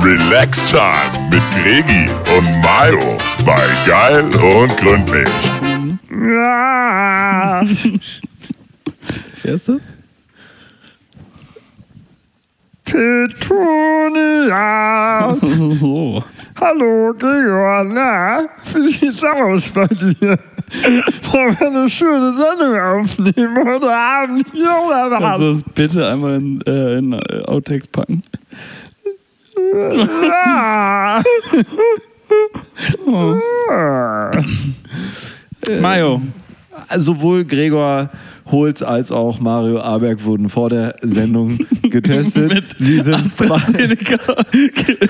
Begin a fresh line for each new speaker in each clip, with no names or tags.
Relax Time mit Gregi und Mayo bei Geil und Gründlich.
Wer
ist das?
Petunia!
So.
Hallo, Gregor, na? Wie sieht's aus bei dir? Wollen wir eine schöne Sendung aufnehmen heute Abend hier oder was?
Kannst du das bitte einmal in, äh, in äh, Outtakes packen?
ja.
Mayo.
sowohl Gregor Holz als auch Mario Aberg wurden vor der Sendung getestet. Sie sind beide,
AstraZeneca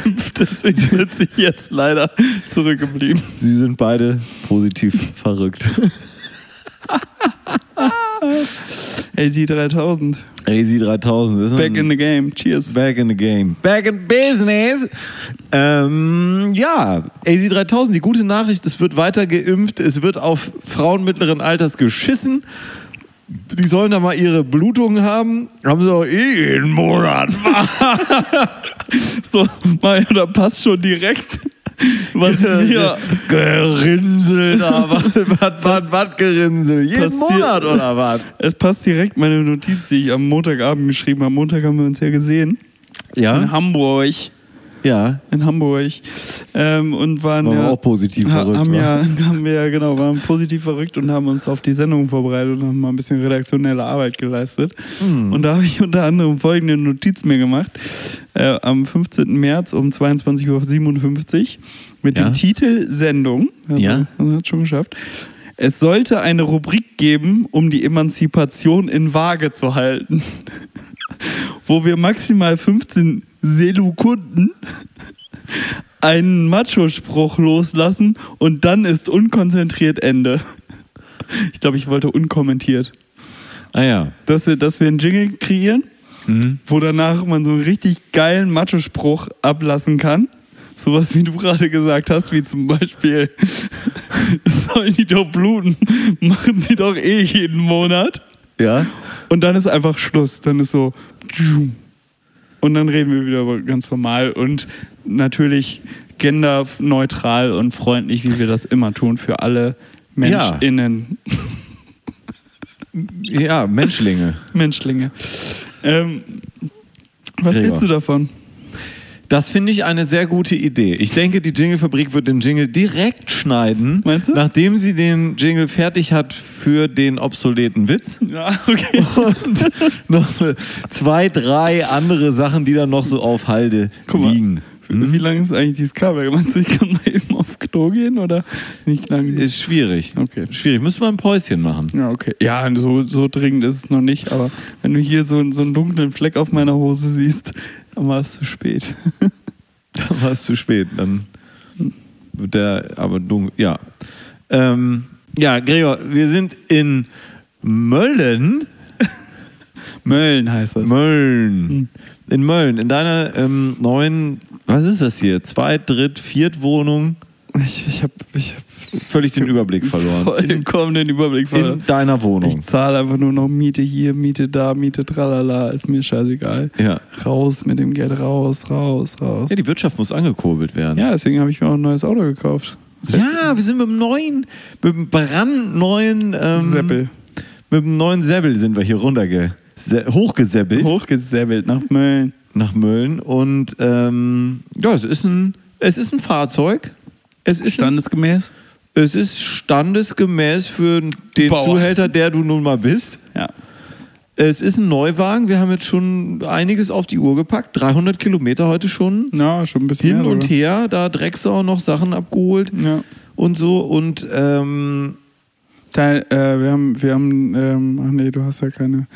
geimpft, deswegen sind sie jetzt leider zurückgeblieben.
Sie sind beide positiv verrückt.
AC3000,
AC 3000 das ist
back
ein-
in the game, cheers.
Back in the game. Back in business. Ähm, ja, AC3000, die gute Nachricht, es wird weiter geimpft, es wird auf Frauen mittleren Alters geschissen. Die sollen da mal ihre Blutungen haben. Haben sie auch eh jeden Monat.
So, Mayo, da passt schon direkt, was hier
Äh, Gerinselt, aber was, was, was gerinselt? Jeden
Passiert-
Monat oder was?
Es passt direkt meine Notiz, die ich am Montagabend geschrieben habe. Am Montag haben wir uns ja gesehen. In
Ja,
Hamburg.
ja.
In Hamburg. Ähm, und waren,
Waren wir
ja,
auch positiv verrückt,
Haben,
wa?
ja, haben wir ja, genau, waren positiv verrückt und haben uns auf die Sendung vorbereitet und haben mal ein bisschen redaktionelle Arbeit geleistet.
Hm.
Und da habe ich unter anderem folgende Notiz mir gemacht. Äh, am 15. März um 22.57 Uhr mit
Ja.
dem Titel Sendung. Also,
Ja.
Man hat schon geschafft. Es sollte eine Rubrik geben, um die Emanzipation in Waage zu halten, wo wir maximal 15 Selukunden einen Macho-Spruch loslassen und dann ist unkonzentriert Ende. Ich glaube, ich wollte unkommentiert.
Ah ja.
Dass wir, dass wir einen Jingle kreieren, wo danach man so einen richtig geilen Macho-Spruch ablassen kann. Sowas wie du gerade gesagt hast, wie zum Beispiel, sollen die doch bluten, machen sie doch eh jeden Monat.
Ja.
Und dann ist einfach Schluss. Dann ist so. Und dann reden wir wieder über- ganz normal und natürlich genderneutral und freundlich, wie wir das immer tun für alle
Ja.
MenschInnen,
Ja, Menschlinge.
Menschlinge. Ähm, was
Gregor.
hältst du davon?
Das finde ich eine sehr gute Idee. Ich denke, die Jingle-Fabrik wird den Jingle direkt schneiden,
Meinst du?
nachdem sie den Jingle fertig hat für den obsoleten Witz.
Ja, okay.
Und noch zwei, drei andere Sachen, die dann noch so auf Halde
Guck mal.
liegen. Mhm.
Wie lang ist eigentlich dieses Kabel? Meinst du, ich kann mal eben auf Klo gehen oder nicht lang?
Ist schwierig.
Okay.
Schwierig. Müssen wir ein Päuschen machen.
Ja, okay. Ja, so, so dringend ist es noch nicht, aber wenn du hier so, so einen dunklen Fleck auf meiner Hose siehst, dann war es zu spät.
Da war es zu spät. Dann wird der, aber dunkel. Ja. Ähm, ja, Gregor, wir sind in Möllen.
Mölln heißt das.
Mölln. In Mölln, in deiner ähm, neuen, was ist das hier? Zweit-, Dritt-, Viertwohnung.
Ich, ich habe ich hab
Völlig den Überblick verloren. In,
vollkommen den Überblick verloren.
in deiner
Ich
Wohnung.
zahle einfach nur noch Miete hier, Miete da, Miete tralala, ist mir scheißegal.
Ja.
Raus mit dem Geld, raus, raus, raus.
Ja, die Wirtschaft muss angekurbelt werden.
Ja, deswegen habe ich mir auch ein neues Auto gekauft.
Ja, wir sind mit dem neuen, mit dem brandneuen ähm,
Seppel.
Mit dem neuen Seppel sind wir hier runterge se- hochgesäppelt
Hochgesäbelt nach Mölln.
nach Mölln. Und ähm, ja, es ist ein, es ist ein Fahrzeug. Es ist, ein,
Standesgemäß?
es ist standesgemäß für den
Bauer.
Zuhälter, der du nun mal bist.
Ja.
Es ist ein Neuwagen. Wir haben jetzt schon einiges auf die Uhr gepackt. 300 Kilometer heute schon.
Na, schon ein bisschen
Hin
mehr,
und
sogar.
her, da Drecksau noch Sachen abgeholt
Ja.
und so. Und ähm,
Dein, äh, wir haben, wir haben, ähm, ach nee, du hast ja keine.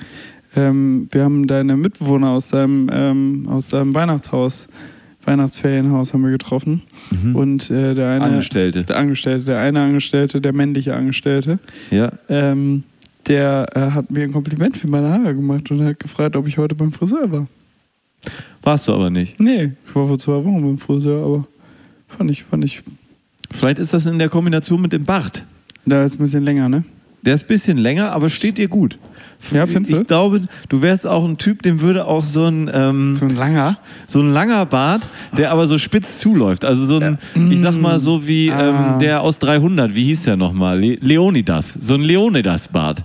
Ähm, wir haben deine Mitbewohner aus deinem, ähm, aus deinem Weihnachtshaus, Weihnachtsferienhaus haben wir getroffen. Und äh, der eine
Angestellte.
der Angestellte, der eine Angestellte, der männliche Angestellte,
ja,
ähm, der äh, hat mir ein Kompliment für meine Haare gemacht und hat gefragt, ob ich heute beim Friseur war.
warst du aber nicht.
Nee, ich war vor zwei Wochen beim Friseur, aber fand ich, fand ich,
Vielleicht ist das in der Kombination mit dem Bart.
da ist ein bisschen länger, ne?
Der ist ein bisschen länger, aber steht dir gut.
Ja, findest du?
Ich glaube, du wärst auch ein Typ, dem würde auch so ein, ähm,
So ein langer.
so ein langer Bart, der aber so spitz zuläuft. Also so ein, ich sag mal so wie
Ah.
ähm, der aus 300, wie hieß der nochmal? Le Leonidas. So ein Leonidas-Bart.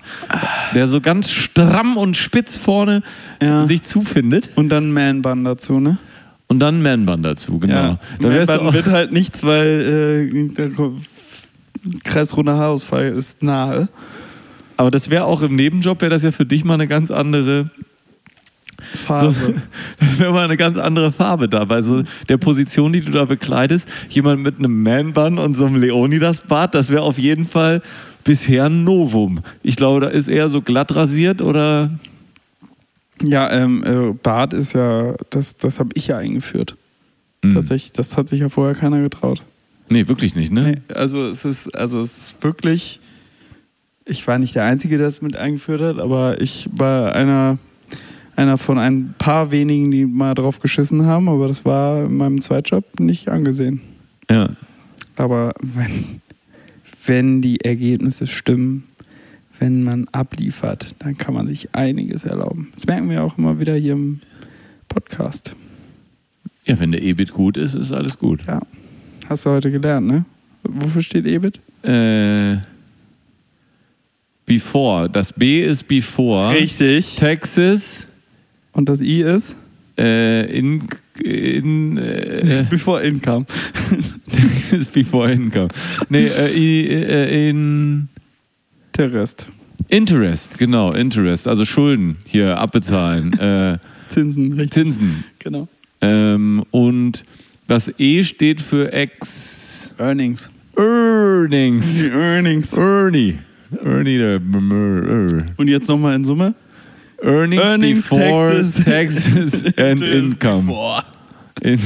Der so ganz stramm und spitz vorne
Ja.
sich zufindet.
Und dann Man-Bun dazu, ne?
Und dann Man-Bun dazu, genau.
Ja.
Da wärst du
Man-Bun
auch-
wird halt nichts, weil äh, der Ko- kreisrunder Haarausfall ist nahe.
aber das wäre auch im Nebenjob, wäre das ja für dich mal eine ganz andere
Phase.
So, das wäre mal eine ganz andere Farbe da. Bei so der Position, die du da bekleidest, jemand mit einem Man-Bun und so einem Leonidas-Bart, das wäre auf jeden Fall bisher ein Novum. Ich glaube, da ist eher so glatt rasiert oder.
Ja, ähm, äh, Bart ist ja, das, das habe ich ja eingeführt.
Mhm.
Tatsächlich, das hat sich ja vorher keiner getraut.
Nee, wirklich nicht, ne?
Nee, also es ist, also es ist wirklich. Ich war nicht der Einzige, der es mit eingeführt hat, aber ich war einer, einer von ein paar wenigen, die mal drauf geschissen haben, aber das war in meinem Zweitjob nicht angesehen.
Ja.
Aber wenn, wenn die Ergebnisse stimmen, wenn man abliefert, dann kann man sich einiges erlauben. Das merken wir auch immer wieder hier im Podcast.
Ja, wenn der EBIT gut ist, ist alles gut.
Ja. Hast du heute gelernt, ne? Wofür steht EBIT?
Äh. Before. Das B ist before.
Richtig.
Texas.
Und das I ist?
Äh, in. in äh,
Bevor in kam.
Das ist before income. Nee, äh, i- äh, in
Terrorist.
Interest, genau, Interest, also Schulden hier abbezahlen, äh,
Zinsen, richtig.
Zinsen.
Genau.
Ähm, und das E steht für Ex
Earnings.
Earnings.
Die Earnings.
Ernie. Ernie der Mörder.
Und jetzt nochmal in Summe?
Earnings,
Earnings,
before
taxes.
taxes, and
Interest
income.
before.
In,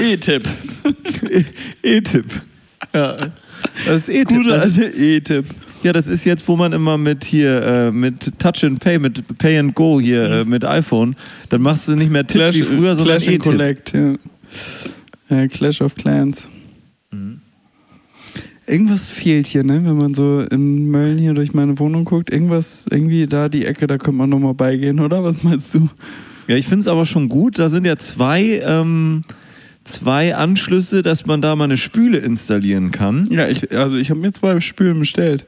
E-Tipp.
E-Tipp. Ja. Das E-Tipp.
Guter
das ist-
alte E-Tipp.
Ja, das ist jetzt, wo man immer mit hier, äh, mit Touch and Pay, mit Pay and Go hier, äh, mit iPhone, dann machst du nicht mehr Tipp wie früher, sondern
Mhm. Clash and
E-Tipp.
Collect, ja. ja. Clash of Clans. Mhm. Irgendwas fehlt hier, ne? Wenn man so in Mölln hier durch meine Wohnung guckt, irgendwas, irgendwie da die Ecke, da könnte man nochmal beigehen, oder? Was meinst du?
Ja, ich finde es aber schon gut, da sind ja zwei, ähm, zwei Anschlüsse, dass man da mal eine Spüle installieren kann.
Ja, ich, also ich habe mir zwei Spülen bestellt.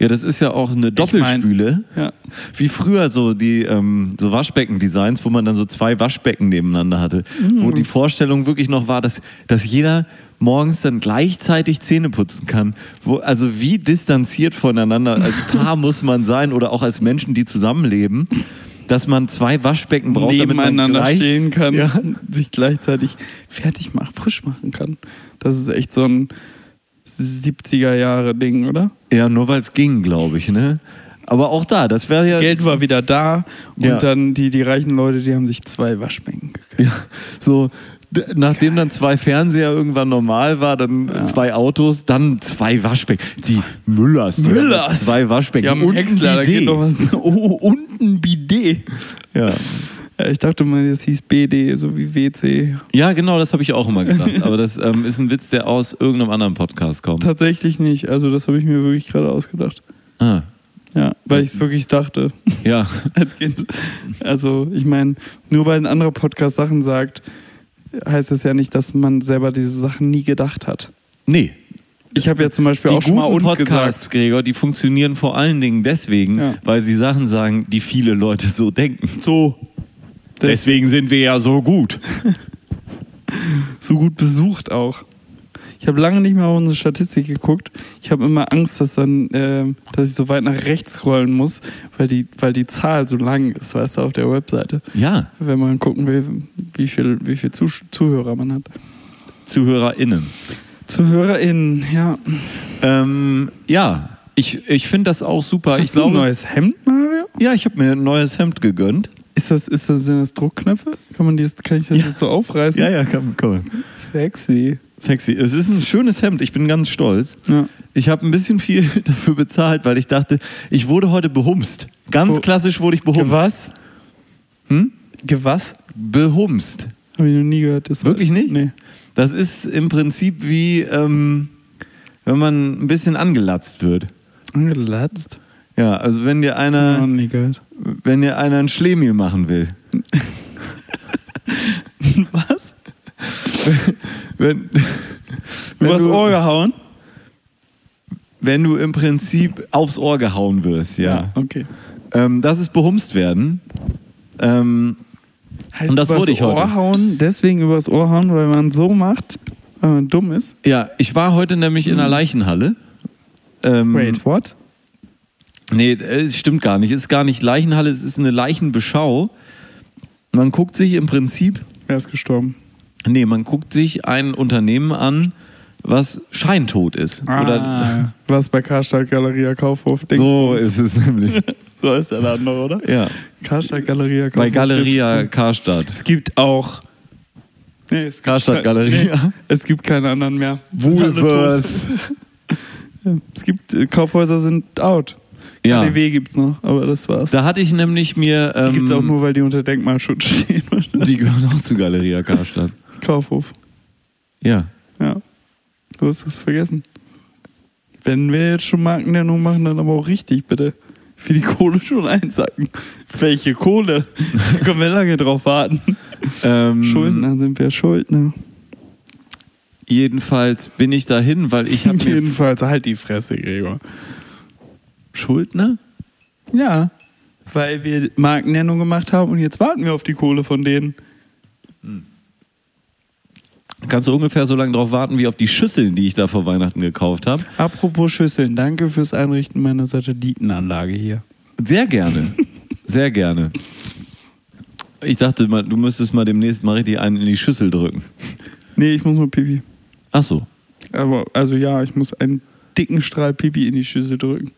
Ja, das ist ja auch eine Doppelspüle.
Ja.
Wie früher so die ähm, so Waschbecken-Designs, wo man dann so zwei Waschbecken nebeneinander hatte,
Mhm.
wo die Vorstellung wirklich noch war, dass, dass jeder morgens dann gleichzeitig Zähne putzen kann. Wo, also wie distanziert voneinander als Paar muss man sein oder auch als Menschen, die zusammenleben, dass man zwei Waschbecken braucht, damit man
nebeneinander
gleich-
stehen kann,
Ja.
sich gleichzeitig fertig machen, frisch machen kann. Das ist echt so ein 70er Jahre Ding, oder?
ja, nur weil es ging, glaube ich. Ne? Aber auch da, das wäre ja
Geld war wieder da und
Ja.
dann die, die reichen Leute, die haben sich zwei Waschbecken gekauft.
Ja, so, d- nachdem dann zwei Fernseher irgendwann normal war, dann zwei Autos, dann zwei Waschbecken. Die Müllers. Die haben
Müllers.
jetzt Zwei Waschbecken.
Ja,
und
mit
ein
Häcksler, da
Bidet.
geht noch was. Oh, und ein Bidet.
Ja.
Ja, ich dachte mal, das hieß BD, so wie WC.
ja, genau, das habe ich auch immer gedacht. Aber das ähm, ist ein Witz, der aus irgendeinem anderen Podcast kommt.
Tatsächlich nicht. Also, das habe ich mir wirklich gerade ausgedacht.
Ah,
Ja, weil ich es wirklich dachte.
ja.
als Kind. Also, ich meine, nur weil ein anderer Podcast Sachen sagt, heißt es ja nicht, dass man selber diese Sachen nie gedacht hat.
Nee.
Ich habe ja zum Beispiel
Die
auch schon mal
guten
und
Podcasts,
gesagt.
Gregor, die funktionieren vor allen Dingen deswegen,
Ja.
weil sie Sachen sagen, die viele Leute so denken.
So. Das ist
Deswegen sind wir ja so gut.
so gut besucht auch. Ich habe lange nicht mehr auf unsere Statistik geguckt. Ich habe immer Angst, dass dann, ähm, dass ich so weit nach rechts scrollen muss, weil die, weil die Zahl so lang ist, weißt du, auf der Webseite.
Ja,
Wenn man gucken will, wie viel, wie viel Zuh Zuhörer man hat.
ZuhörerInnen.
ZuhörerInnen, ja.
Ähm, ja, ich, ich finde das auch super.
Hast
ich
du ein
glaube,
neues Hemd, Mario?
ja, ich habe mir ein neues Hemd gegönnt.
Ist das, ist das, sind das Druckknöpfe? Kann, man die jetzt, kann ich das jetzt so aufreißen?
ja, komm, komm.
Sexy.
Sexy. Es ist ein schönes Hemd. Ich bin ganz stolz.
Ja.
Ich habe ein bisschen viel dafür bezahlt, weil ich dachte, ich wurde heute behumst. Ganz
Bo-
klassisch wurde ich behumst.
Gewass?
Hm?
Gewass?
Behumst.
Habe ich noch nie gehört. Das
Wirklich nicht?
Nee.
Das ist im Prinzip wie, ähm, wenn man ein bisschen angelatzt wird.
Angelatzt?
Ja, also wenn dir
Noch
einer,
nie gehört.
wenn dir einer ein Schlemiel machen will.
Was?
wenn, wenn,
Übers Ohr
du,
gehauen?
wenn du im Prinzip aufs Ohr gehauen wirst, ja.
Okay.
Ähm, das ist behumst werden. Ähm,
Heißt
Und das
übers
wurde ich
Ohr
heute.
hauen, deswegen übers Ohr hauen, weil man so macht, weil man dumm ist.
ja, ich war heute nämlich in
Hm.
einer Leichenhalle. Ähm,
Wait, what?
Nee, äh, es stimmt gar nicht. Es ist gar nicht Leichenhalle, es ist eine Leichenbeschau. Man guckt sich im Prinzip,
Er ist gestorben.
nee, man guckt sich ein Unternehmen an, was scheintot ist.
Ah.
Oder,
was bei Karstadt Galeria Kaufhof denkst
so ist es nämlich.
so ist der Laden noch, oder?
Ja.
Karstadt Galeria Kaufhof.
Bei Galeria
gibt's-
Karstadt.
Es gibt auch. Nee, es gibt
Karstadt
kein-
Galeria.
es gibt keine anderen mehr.
Woolworth.
Ja, Es gibt äh, Kaufhäuser sind out.
Ja.
KDW gibt's noch, aber das war's.
Da hatte ich nämlich mir.
die gibt's auch
Ähm,
nur, weil die unter Denkmalschutz stehen.
die gehören auch zu Galeria Karstadt.
Kaufhof.
Ja.
Ja. Du hast es vergessen. Wenn wir jetzt schon Markennennung machen, dann aber auch richtig, bitte. Für die Kohle schon einsacken. Welche Kohle? Da können wir lange drauf warten.
Ähm,
Schuldner sind wir Schuldner.
Jedenfalls bin ich dahin, weil ich habe mir.
Jedenfalls halt die Fresse, Gregor.
Schuldner?
Ja. Weil wir Markennennung gemacht haben und jetzt warten wir auf die Kohle von denen.
Kannst du ungefähr so lange drauf warten wie auf die Schüsseln, die ich da vor Weihnachten gekauft habe?
Apropos Schüsseln, danke fürs Einrichten meiner Satellitenanlage hier.
Sehr gerne. Sehr gerne. Ich dachte mal, du müsstest mal demnächst mal richtig einen in die Schüssel drücken.
Nee, ich muss mal Pipi.
Ach so.
Aber, also ja, ich muss einen dicken Strahl Pipi in die Schüssel drücken.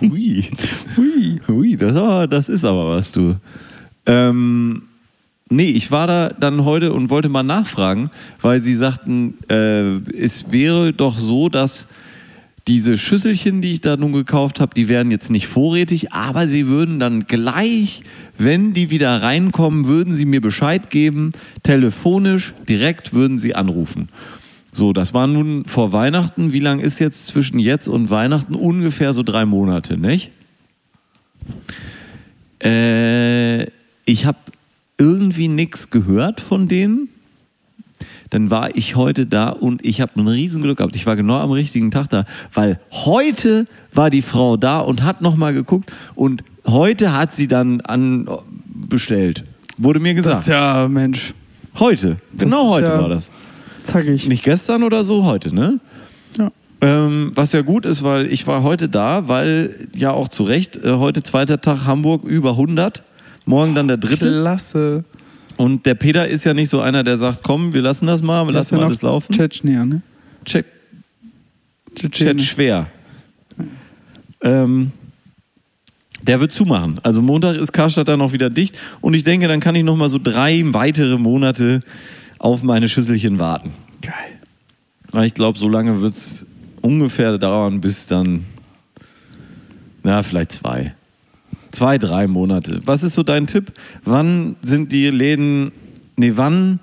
Hui.
Hui.
Hui, das, ist aber, das ist aber was, du. Ähm, nee, ich war da dann heute und wollte mal nachfragen, weil sie sagten, äh, es wäre doch so, dass diese Schüsselchen, die ich da nun gekauft habe, die wären jetzt nicht vorrätig, aber sie würden dann gleich, wenn die wieder reinkommen, würden sie mir Bescheid geben, telefonisch, direkt würden sie anrufen. So, das war nun vor Weihnachten. Wie lang ist jetzt zwischen jetzt und Weihnachten? Ungefähr so drei Monate, nicht? Äh, ich habe irgendwie nichts gehört von denen. Dann war ich heute da und ich habe ein Riesenglück gehabt. Ich war genau am richtigen Tag da, weil heute war die Frau da und hat nochmal geguckt und heute hat sie dann an bestellt. Wurde mir
Das ist
gesagt.
ja, Mensch,
heute. Genau
ist
heute
ja-
war das.
zackig.
Nicht gestern oder so, heute, ne?
Ja.
Ähm, was ja gut ist, weil ich war heute da, weil ja auch zu Recht, äh, heute zweiter Tag Hamburg über 100, morgen dann der dritte.
Klasse.
Und der Peter ist ja nicht so einer, der sagt, komm, wir lassen das mal, wir lassen mal alles laufen.
Tschetschner, ne?
Check,
Tschetschene.
Chat schwer. Ähm, der wird zumachen. Also Montag ist Karstadt dann auch wieder dicht und ich denke, dann kann ich nochmal so drei weitere Monate auf meine Schüsselchen warten.
Geil.
Na, Ich glaube, so lange wird es ungefähr dauern, bis dann, na, vielleicht zwei. Zwei, drei Monate. Was ist so dein Tipp? Wann sind die Läden, nee, wann?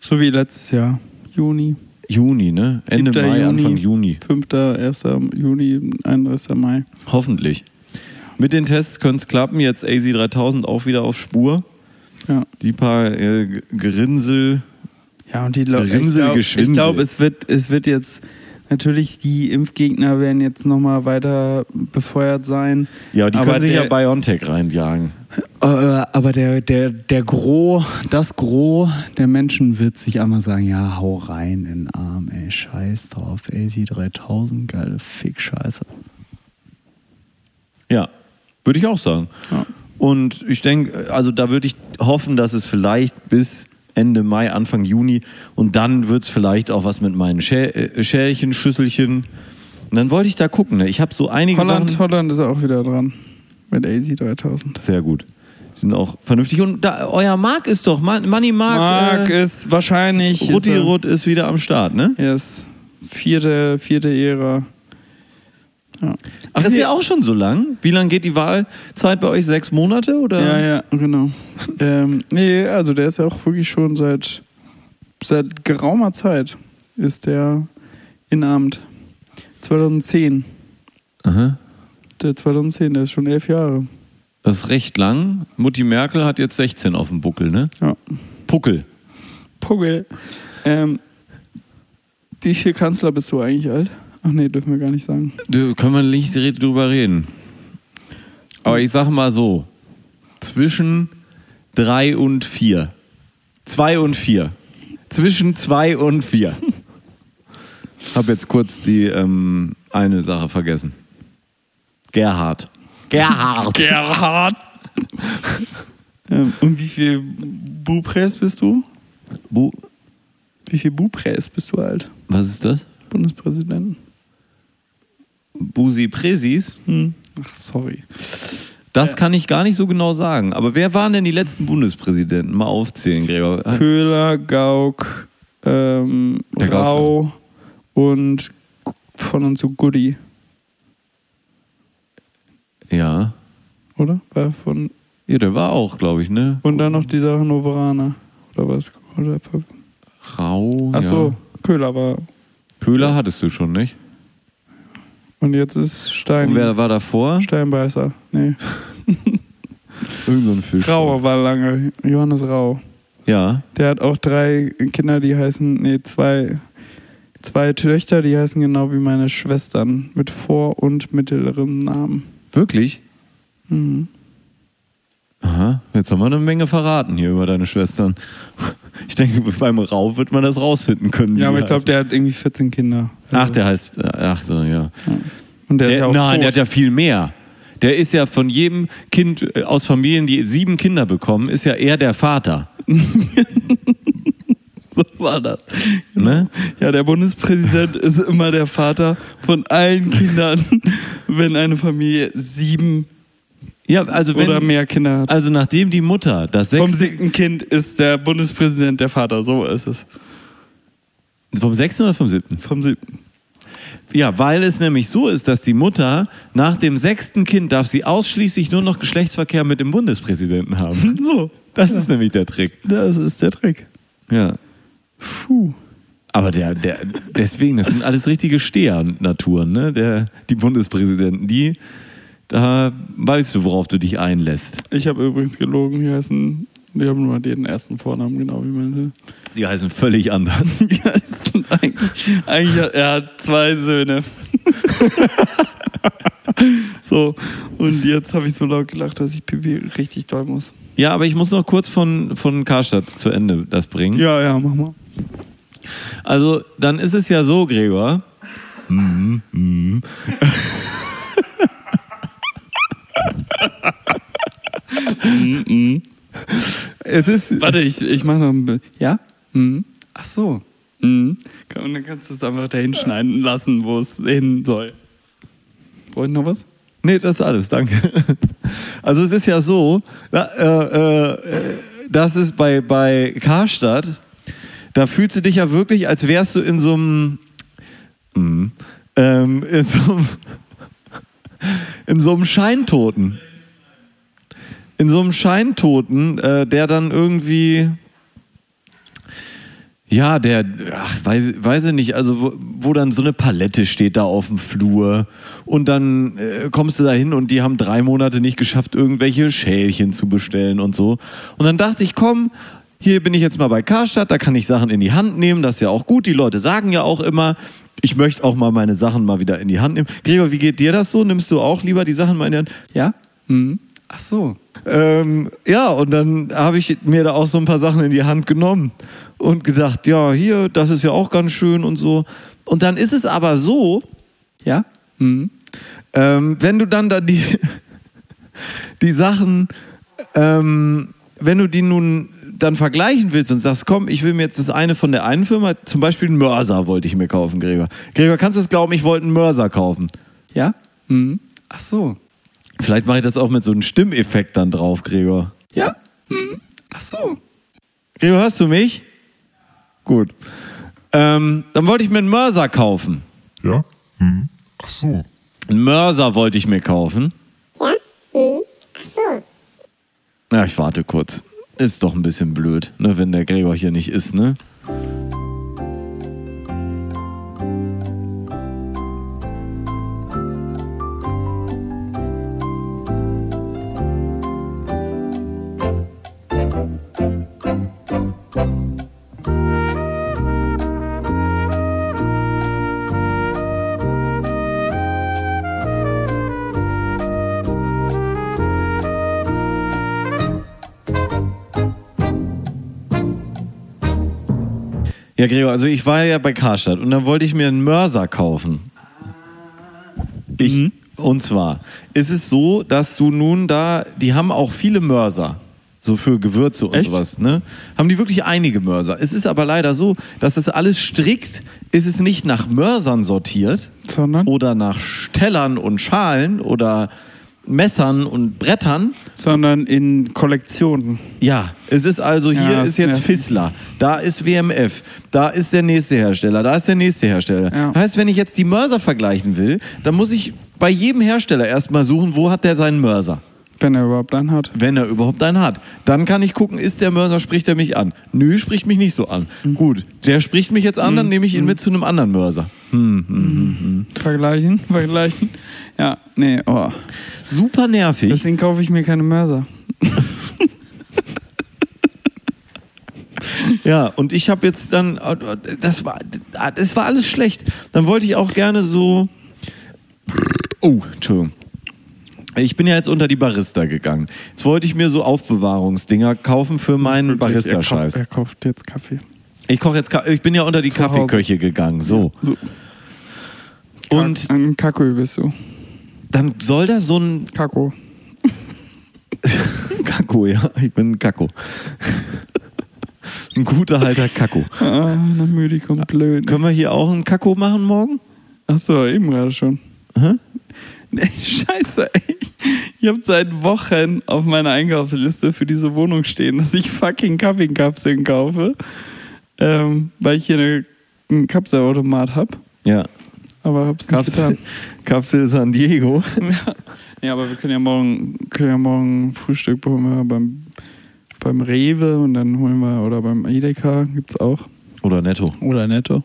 So wie letztes Jahr. Juni.
Juni, ne? Ende
7.
Mai, Anfang Juni.
5. 1. Juni, 31. Mai.
Hoffentlich. Mit den Tests könnte es klappen. Jetzt AC3000 auch wieder auf Spur.
Ja.
Die paar äh, G- Gerinsel.
Ja, und die Leute. Ich
Grinsel,
glaube,
Geschwindel.
glaub, es, wird, es wird jetzt. Natürlich, die Impfgegner werden jetzt nochmal weiter befeuert sein.
Ja, die
aber
können sich
der,
ja BioNTech reinjagen.
Äh, aber der, der, der Gros, das Gros der Menschen wird sich einmal sagen, ja, hau rein in den Arm, ey, scheiß drauf, ey, die 3000, geile Fick-Scheiße.
Ja, würde ich auch sagen.
Ja.
Und ich denke, also da würde ich hoffen, dass es vielleicht bis Ende Mai, Anfang Juni und dann wird es vielleicht auch was mit meinen Schä äh, Schälchen, Schüsselchen. Und dann wollte ich da gucken. Ne? Ich habe so einige
Holland,
Sachen.
Holland ist auch wieder dran mit AZ 3000.
Sehr gut. Die sind auch vernünftig. Und da, euer Marc ist doch, Man- Manni Marc.
Marc
äh,
ist wahrscheinlich.
Rutti
ist äh, er-
Rutt ist wieder am Start, ne?
Er ist vierte, vierte Ära. Ja.
Ach, ist ja auch schon so lang? Wie lange geht die Wahlzeit bei euch? Sechs Monate? Oder?
Ja, ja, genau. ähm, nee, also der ist ja auch wirklich schon seit, seit geraumer Zeit ist der in Amt. 2010.
Aha.
Der 2010, der ist schon elf Jahre.
Das ist recht lang. Mutti Merkel hat jetzt 16 auf dem Buckel, ne?
Ja.
Puckel.
Puggel. Ähm, wie viel Kanzler bist du eigentlich alt? Ach nee, dürfen wir gar nicht sagen.
Du, können wir nicht direkt drüber reden. Aber ich sag mal so: zwischen drei und vier. Zwei und vier. Zwischen zwei und vier. Hab jetzt kurz die ähm, eine Sache vergessen. Gerhard. Gerhard.
Gerhard! ähm, und wie viel Bupres bist du?
Bu
Wie viel Bupres bist du alt?
Was ist das?
Bundespräsidenten.
Busi Präsis?
Hm. Ach, sorry.
Das kann ich gar nicht so genau sagen. Aber wer waren denn die letzten Bundespräsidenten? Mal aufzählen, Gregor.
Köhler, Gauck, ähm,
Der Gauck,
Rau und von und zu Goody,
Ja.
oder? War von,
Ja, der war auch, glaube ich, ne?
und dann noch dieser Hannoveraner. Oder was? Oder,
Rau.
ach so,
Ja.
Köhler war.
Köhler hattest du schon, nicht?
Und jetzt ist Stein,
Und wer war davor?
Steinbeißer. Nee.
Irgend so ein Fisch.
Rau war lange. Johannes Rau.
Ja.
Der hat auch drei Kinder, die heißen, nee, zwei, zwei Töchter, die heißen genau wie meine Schwestern. Mit vor- und mittlerem Namen.
Wirklich?
Mhm.
Aha. Jetzt haben wir eine Menge verraten hier über deine Schwestern. Ich denke, beim Rau wird man das rausfinden können.
Ja, aber ich
Ja. also
glaube, der hat irgendwie 14 Kinder.
Ach, der heißt. äh, Ach so, ja.
Und der, ist ja
Der,
auch
nein, der
tot.
hat ja viel mehr. Der ist ja von jedem Kind äh, aus Familien, die sieben Kinder bekommen, ist ja er der Vater.
so war das. Genau.
Ne?
Ja, der Bundespräsident ist immer der Vater von allen Kindern, wenn eine Familie sieben
Ja, also wenn,
oder mehr Kinder hat.
Also nachdem die Mutter das
Vom
sechste,
siebten Kind ist der Bundespräsident der Vater, so ist es.
vom sechsten oder vom siebten?
Vom siebten.
Ja, weil es nämlich so ist, dass die Mutter nach dem sechsten Kind darf sie ausschließlich nur noch Geschlechtsverkehr mit dem Bundespräsidenten haben.
So,
Das ist nämlich der Trick.
das ist der Trick.
Ja.
Puh.
Aber der, der, deswegen, das sind alles richtige Steher-Naturen, ne? Der, die Bundespräsidenten, die, da weißt du, worauf du dich einlässt.
Ich habe übrigens gelogen, die heißen, die haben nur den ersten Vornamen, genau wie meine.
Die heißen völlig anders.
Die heißen eigentlich, eigentlich hat, er hat zwei Söhne. so, und jetzt habe ich so laut gelacht, dass ich Pipi richtig doll muss.
Ja, aber ich muss noch kurz von, von Karstadt zu Ende das bringen.
Ja, ja, mach mal.
Also, dann ist es ja so, Gregor. Es ist,
Warte, ich, ich mache noch ein Bild. Ja? Mhm. Ach so. Mhm. Kann- Und dann kannst du es einfach dahin schneiden lassen, wo es hin soll. Brauche ich noch was?
nee, das ist alles, danke. Also es ist ja so, da- äh, äh, äh, dass es bei, bei Karstadt, da fühlst du dich ja wirklich, als wärst du in so einem, Mhm. ähm, in so einem, in so einem Scheintoten. In so einem Scheintoten, äh, der dann irgendwie, Ja, der, ach, weiß, weiß ich nicht, also wo, wo dann so eine Palette steht da auf dem Flur und dann äh, kommst du da hin und die haben drei Monate nicht geschafft, irgendwelche Schälchen zu bestellen und so. Und dann dachte ich, komm, hier bin ich jetzt mal bei Karstadt, da kann ich Sachen in die Hand nehmen, das ist ja auch gut, die Leute sagen ja auch immer, ich möchte auch mal meine Sachen mal wieder in die Hand nehmen. Gregor, wie geht dir das so? Nimmst du auch lieber die Sachen mal in die Hand?
Ja? Mhm. Ach so.
Ähm, ja, und dann habe ich mir da auch so ein paar Sachen in die Hand genommen und gedacht, ja, hier, das ist ja auch ganz schön und so. Und dann ist es aber so,
Ja? Mhm.
ähm, wenn du dann da die, die Sachen, ähm, wenn du die nun dann vergleichen willst und sagst, komm, ich will mir jetzt das eine von der einen Firma, zum Beispiel einen Mörser wollte ich mir kaufen, Gregor. Gregor, kannst du es glauben, ich wollte einen Mörser kaufen.
Ja? Mhm. Ach so.
Vielleicht mache ich das auch mit so einem Stimmeffekt dann drauf, Gregor.
Ja? Mhm. Ach so.
Gregor, hörst du mich? Gut. Ähm, dann wollte ich mir einen Mörser kaufen.
Ja? Hm? Ach so.
Einen Mörser wollte ich mir kaufen.
Ja? Mhm. Ach so.
Na, ich warte kurz. Ist doch ein bisschen blöd, ne, wenn der Gregor hier nicht ist, ne? Ja, Gregor, also ich war ja bei Karstadt und dann wollte ich mir einen Mörser kaufen. Ich,
Mhm.
Und zwar ist es so, dass du nun da, die haben auch viele Mörser. So für Gewürze und
Echt?
sowas, ne? Haben die wirklich einige Mörser. Es ist aber leider so, dass das alles strikt ist es nicht nach Mörsern sortiert,
Sondern?
oder nach Tellern und Schalen oder Messern und Brettern,
sondern in Kollektionen.
ja, es ist also hier
das
ist jetzt
nervt.
Fissler, da ist WMF, da ist der nächste Hersteller, da ist der nächste Hersteller.
Ja.
Heißt, wenn ich jetzt die Mörser vergleichen will, dann muss ich bei jedem Hersteller erstmal suchen, wo hat der seinen Mörser,
Wenn er überhaupt einen hat.
wenn er überhaupt einen hat. Dann kann ich gucken, ist der Mörser, spricht er mich an? Nö, spricht mich nicht so an. Gut, der spricht mich jetzt an, dann nehme ich ihn mit zu einem anderen Mörser.
Vergleichen, vergleichen. Ja, nee, oh.
Super nervig.
Deswegen kaufe ich mir keine Mörser.
Ja, und ich habe jetzt dann, das war, das war alles schlecht. Dann wollte ich auch gerne so. Oh, Entschuldigung. Ich bin ja jetzt unter die Barista gegangen. Jetzt wollte ich mir so Aufbewahrungsdinger kaufen für meinen
Er,
Barista-Scheiß.
kauft- er kauft jetzt Kaffee.
Ich koche jetzt, Ka- ich bin ja unter die
Zu Hause.
Kaffeeköche gegangen, so.
So.
Und
Ein Kakao bist du.
dann soll da so ein
Kakao.
Kakko, ja, ich bin ein Kakko. Ein guter alter Kakko.
Ah, na müde, kommt blöd.
Können wir hier auch einen Kakko machen morgen?
Achso, eben gerade schon.
Hä?
Nee, scheiße, ey. Ich habe seit Wochen auf meiner Einkaufsliste für diese Wohnung stehen, dass ich fucking Kaffeekapseln kaufe. Ähm, weil ich hier eine, einen Kapselautomat habe.
Ja.
Aber hab's nicht
Kapsel,
getan.
Kapsel San Diego.
Ja. Nee, aber wir können ja morgen, können ja morgen Frühstück holen wir beim, beim Rewe und dann holen wir, oder beim Edeka gibt's auch.
Oder Netto.
Oder Netto.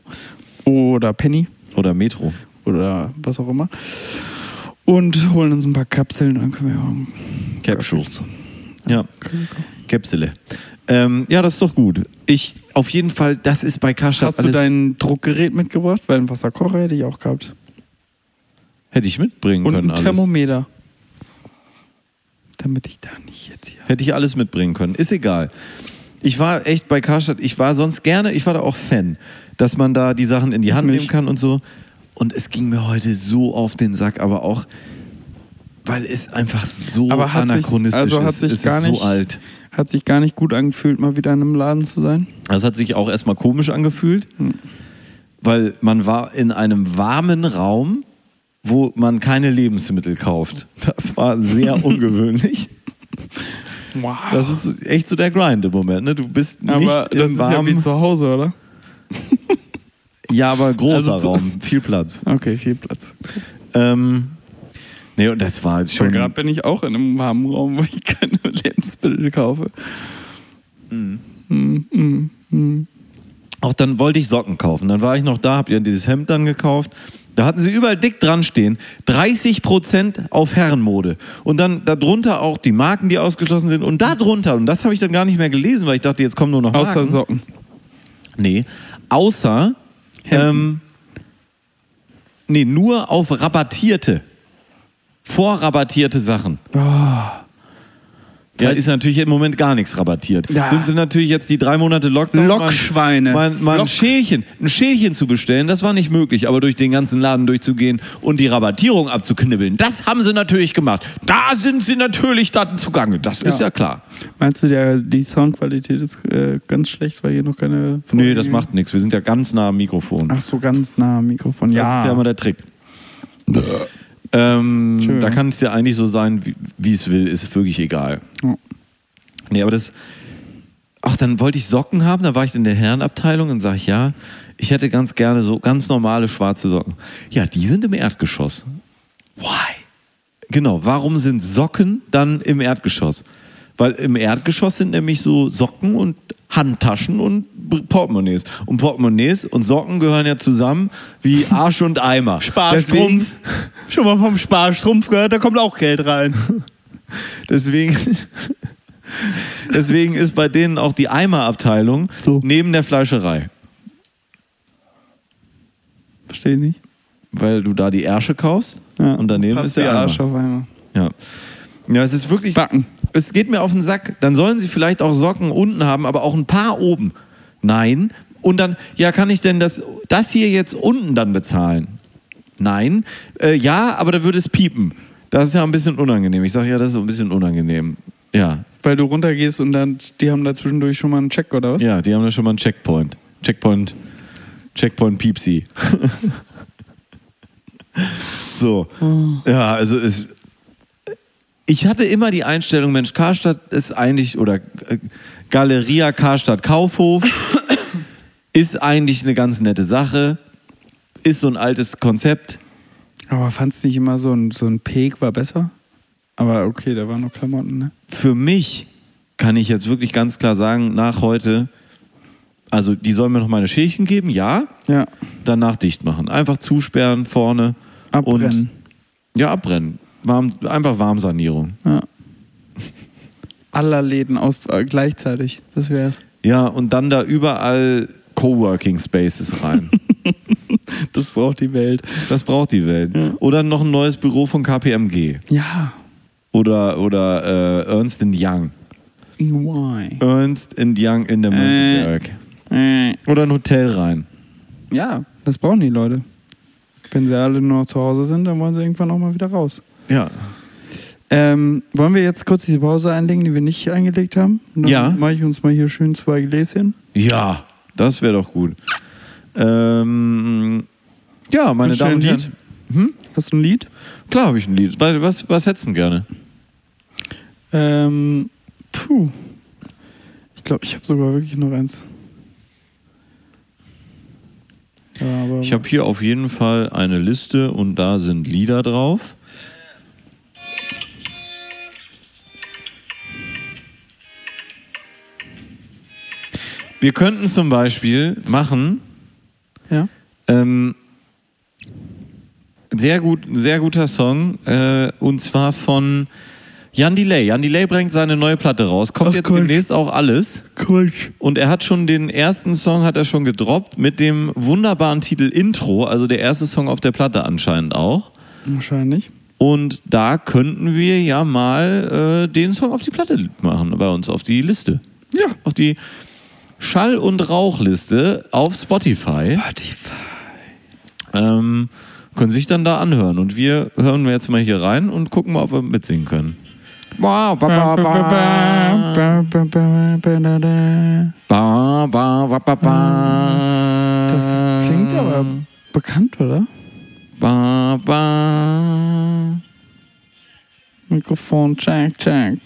Oder Penny.
Oder Metro.
Oder was auch immer. Und holen uns ein paar Kapseln und dann können wir morgen
Capsules. Ja. Capsule. Ähm, ja, das ist doch gut. Ich, auf jeden Fall, das ist bei Karstadt
Hast du
alles.
dein Druckgerät mitgebracht? Weil einen Wasserkocher hätte ich auch gehabt.
hätte ich mitbringen
Und
können
ein
alles.
Thermometer. Damit ich da nicht jetzt hier.
Hätte ich alles mitbringen können. Ist egal. Ich war echt bei Karstadt, ich war sonst gerne, ich war da auch Fan, dass man da die Sachen in die Hand
Mich.
nehmen kann und so. Und es ging mir heute so auf den Sack, aber auch, weil es einfach so
Aber hat sich,
anachronistisch
also hat
ist.
sich
es
gar
ist
nicht,
so alt.
hat sich gar nicht gut angefühlt, mal wieder in einem Laden zu sein.
Das hat sich auch erstmal komisch angefühlt,
Hm.
weil man war in einem warmen Raum, wo man keine Lebensmittel kauft. Das war sehr ungewöhnlich.
Wow.
Das ist echt so der Grind im Moment. Ne? Du bist nicht
aber
im
das ist ja wie
warmen,
zu Hause, oder?
ja, aber großer
Also zu-
Raum, viel Platz.
Okay, viel Platz.
Ähm, nee, und das war jetzt
Schon
schon.
gerade bin ich auch in einem warmen Raum, wo ich keine Lebensmittel kaufe. Mm, mm, mm.
Auch dann wollte ich Socken kaufen. Dann war ich noch da, hab ihr dieses Hemd dann gekauft. Da hatten sie überall dick dran stehen. 30% auf Herrenmode. Und dann darunter auch die Marken, die ausgeschlossen sind. Und darunter, und das habe ich dann gar nicht mehr gelesen, weil ich dachte, jetzt kommen nur noch Marken.
Außer Socken.
Nee, außer. Ähm, nee, nur auf rabattierte. Vorrabattierte Sachen.
Oh.
Ja, ist natürlich im Moment gar nichts rabattiert.
Ja.
Sind sie natürlich jetzt die drei Monate Lockdown.
Lockschweine.
Mal, mal, mal ein
Lock-
Schälchen, ein Schälchen zu bestellen, das war nicht möglich. Aber durch den ganzen Laden durchzugehen und die Rabattierung abzuknibbeln, das haben sie natürlich gemacht. Da sind sie natürlich dann zugange. Das ist ja klar.
Meinst du, der, die Soundqualität ist äh, ganz schlecht, weil hier noch keine.
Nee, das macht nichts. Wir sind ja ganz nah am Mikrofon.
Ach so, ganz nah am Mikrofon.
Das
Ja.
ist ja immer der Trick. ähm,
Schön. ne?
da kann es ja eigentlich so sein, wie- wie es will, ist wirklich egal.
Ja.
Nee, aber das. Ach, dann wollte ich Socken haben, da war ich in der Herrenabteilung und sage ich, ja, ich hätte ganz gerne so ganz normale schwarze Socken. Ja, die sind im Erdgeschoss. Why? Genau, warum sind Socken dann im Erdgeschoss? Weil im Erdgeschoss sind nämlich so Socken und Handtaschen und Portemonnaies. Und Portemonnaies und Socken gehören ja zusammen wie Arsch und Eimer. Deswegen-
Sparstrumpf. Schon mal vom Sparstrumpf gehört, da kommt auch Geld rein.
Deswegen, deswegen ist bei denen auch die Eimerabteilung neben der Fleischerei.
Verstehe ich nicht.
Weil du da die Ärsche kaufst
Ja.
und daneben ist
wie
der
Arsch
Eimer.
auf einmal.
Ja. ja, es ist wirklich.
Backen.
Es geht mir auf den Sack. Dann sollen sie vielleicht auch Socken unten haben, aber auch ein paar oben. Nein, Und dann, ja, kann ich denn das, das hier jetzt unten dann bezahlen? Nein. Äh, ja, aber da würde es piepen. Das ist ja ein bisschen unangenehm. Ich sage, ja, das ist ein bisschen unangenehm. Ja,
Weil du runtergehst und dann, die haben da zwischendurch schon mal einen Check oder was?
ja, die haben da schon mal einen Checkpoint. Checkpoint, Checkpoint Piepsi. so. Ja, also es. Ich hatte immer die Einstellung, Mensch, Karstadt ist eigentlich, oder äh, Galeria Karstadt Kaufhof ist eigentlich eine ganz nette Sache, ist so ein altes Konzept.
Aber fandst nicht immer so ein, so ein Peg war besser? Aber okay, da waren noch Klamotten, ne?
für mich kann ich jetzt wirklich ganz klar sagen, nach heute, also die sollen mir noch meine Schälchen geben, ja,
Ja.
danach dicht machen. Einfach zusperren vorne.
Abbrennen.
Und, ja, abbrennen. Warm, einfach Warmsanierung.
Ja. Aller Läden aus, äh, gleichzeitig. Das wär's.
Ja, und dann da überall Coworking Spaces rein.
Das braucht die Welt.
das braucht die Welt. Oder noch ein neues Büro von KPMG.
Ja.
Oder, oder äh, Ernst Young.
EY.
Ernst Young in der Mönckeberg.
Äh.
Oder ein Hotel rein.
Ja, das brauchen die Leute. Wenn sie alle nur noch zu Hause sind, dann wollen sie irgendwann auch mal wieder raus.
Ja.
Ähm, wollen wir jetzt kurz die Pause einlegen, die wir nicht eingelegt haben? Dann
Ja.
Mache ich uns mal hier schön zwei Gläschen.
Ja, das wäre doch gut. Ähm, ja, meine
Wünschst du
Damen und
ein
Herren.
Lied? Hast du ein Lied?
Klar habe ich ein Lied. Weil, Was, was hättest du denn gerne?
Ähm, puh. Ich glaube, ich habe sogar wirklich noch eins. Ja, aber
Ich habe hier auf jeden Fall eine Liste und da sind Lieder drauf. Wir könnten zum Beispiel machen,
ja?
Ähm, sehr gut, sehr guter Song. Äh, und zwar von Jan Delay. Jan Delay bringt seine neue Platte raus. Kommt
Ach,
jetzt
cool.
demnächst auch alles.
Quatsch.
Und er hat schon den ersten Song hat er schon gedroppt mit dem wunderbaren Titel Intro, also der erste Song auf der Platte anscheinend auch.
Wahrscheinlich.
Und da könnten wir ja mal äh, den Song auf die Platte machen, bei uns auf die Liste.
Ja.
Auf die Schall- und Rauchliste auf Spotify.
Spotify.
ähm, können sich dann da anhören. Und wir hören wir jetzt mal hier rein und gucken mal, ob wir mitsingen können. Ba, ba, ba, ba. Ba, ba, ba, ba, ba.
Das klingt aber bekannt, oder?
Ba, ba.
Mikrofon, check, check.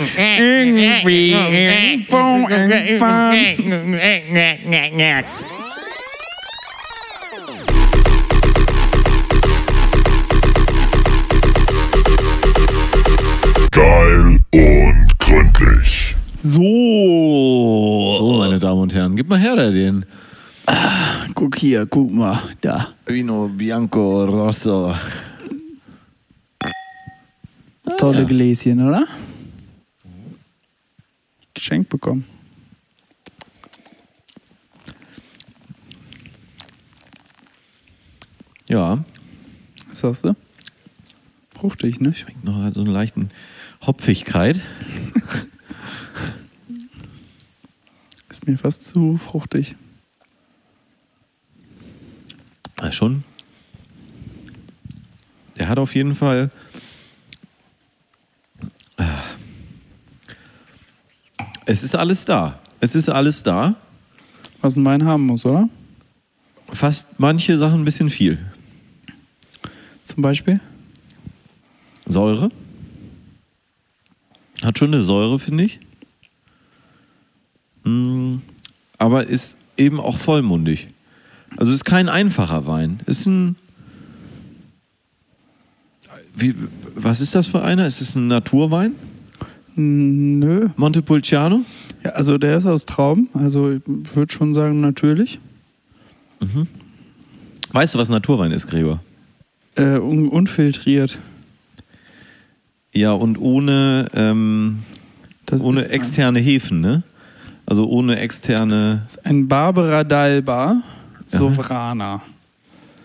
Irgendwie irgendwo irgendwann.
Geil und gründlich.
So. So, meine Damen und Herren, gib mal her da den.
Guck hier, guck mal, da.
Vino Bianco Rosso.
Tolle Gläschen, oder? Geschenk bekommen.
Ja,
Was sagst du? Fruchtig, ne? Schmeckt.
noch so eine leichten Hopfigkeit.
Ist mir fast zu fruchtig.
Ja, schon. Der hat auf jeden Fall. äh, Es ist alles da. Es ist alles da.
Was ein Wein haben muss, oder?
Fast manche Sachen ein bisschen viel.
Zum Beispiel?
Säure. Hat schon eine Säure, finde ich. Mm, Aber ist eben auch vollmundig. Also ist kein einfacher Wein. Ist ein. Wie, was ist das für einer? Ist es ein Naturwein?
Mm, Nö.
Montepulciano?
Ja, also der ist aus Trauben. Also ich würde schon sagen, natürlich.
Weißt du, was Naturwein ist, Gregor?
Äh, un unfiltriert.
Ja, und ohne, ähm,
Das
ohne
ist ein-
externe Hefen, ne? Also ohne externe.
ist ein Barbara d'Alba. Sovrana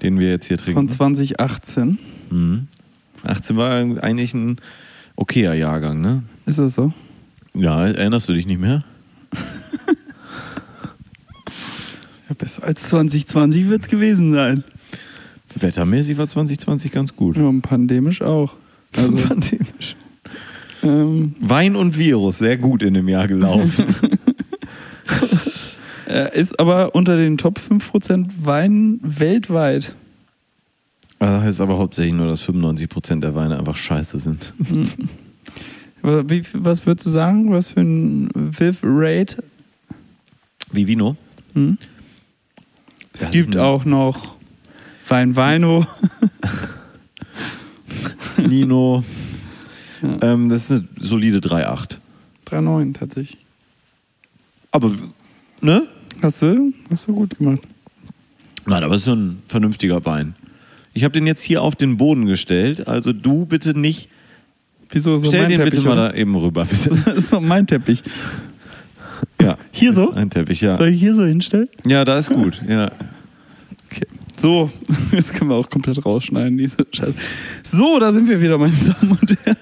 den wir jetzt hier
von
trinken.
2018.
Mhm. 18 war eigentlich ein okayer Jahrgang, ne?
Ist das so?
Ja, erinnerst du dich nicht mehr?
Ja, besser als 2020 wird es gewesen sein.
Wettermäßig war 2020 ganz gut.
Ja, und pandemisch auch. Also,
Pandemisch.
ähm,
Wein und Virus, sehr gut in dem Jahr gelaufen.
er ist aber unter den Top 5% Weinen weltweit.
das heißt Ah, aber hauptsächlich nur, dass 95% der Weine einfach scheiße sind.
Wa- Wie, was würdest du sagen? Was für ein Viv Rate?
Wie Vino?
Hm?
Das
Es gibt
ist ein-
auch noch Wein Weino.
Nino. ähm, das ist eine solide 3,8.
3,9 tatsächlich.
Aber, ne?
Hast du, hast du gut gemacht.
Nein, aber es ist ein vernünftiger Wein. Ich habe den jetzt hier auf den Boden gestellt, also du bitte nicht.
Wieso so
Stell
mein
den
Teppich?
bitte mal
oder?
da eben rüber, bitte.
Das ist doch mein Teppich.
Ja.
Hier
Das
so?
ist Ein Teppich, ja.
Soll ich hier so hinstellen?
Ja, da ist gut. Ja.
Okay. So, jetzt können wir auch komplett rausschneiden, diese Scheiße. So, da sind wir wieder, meine Damen und Herren.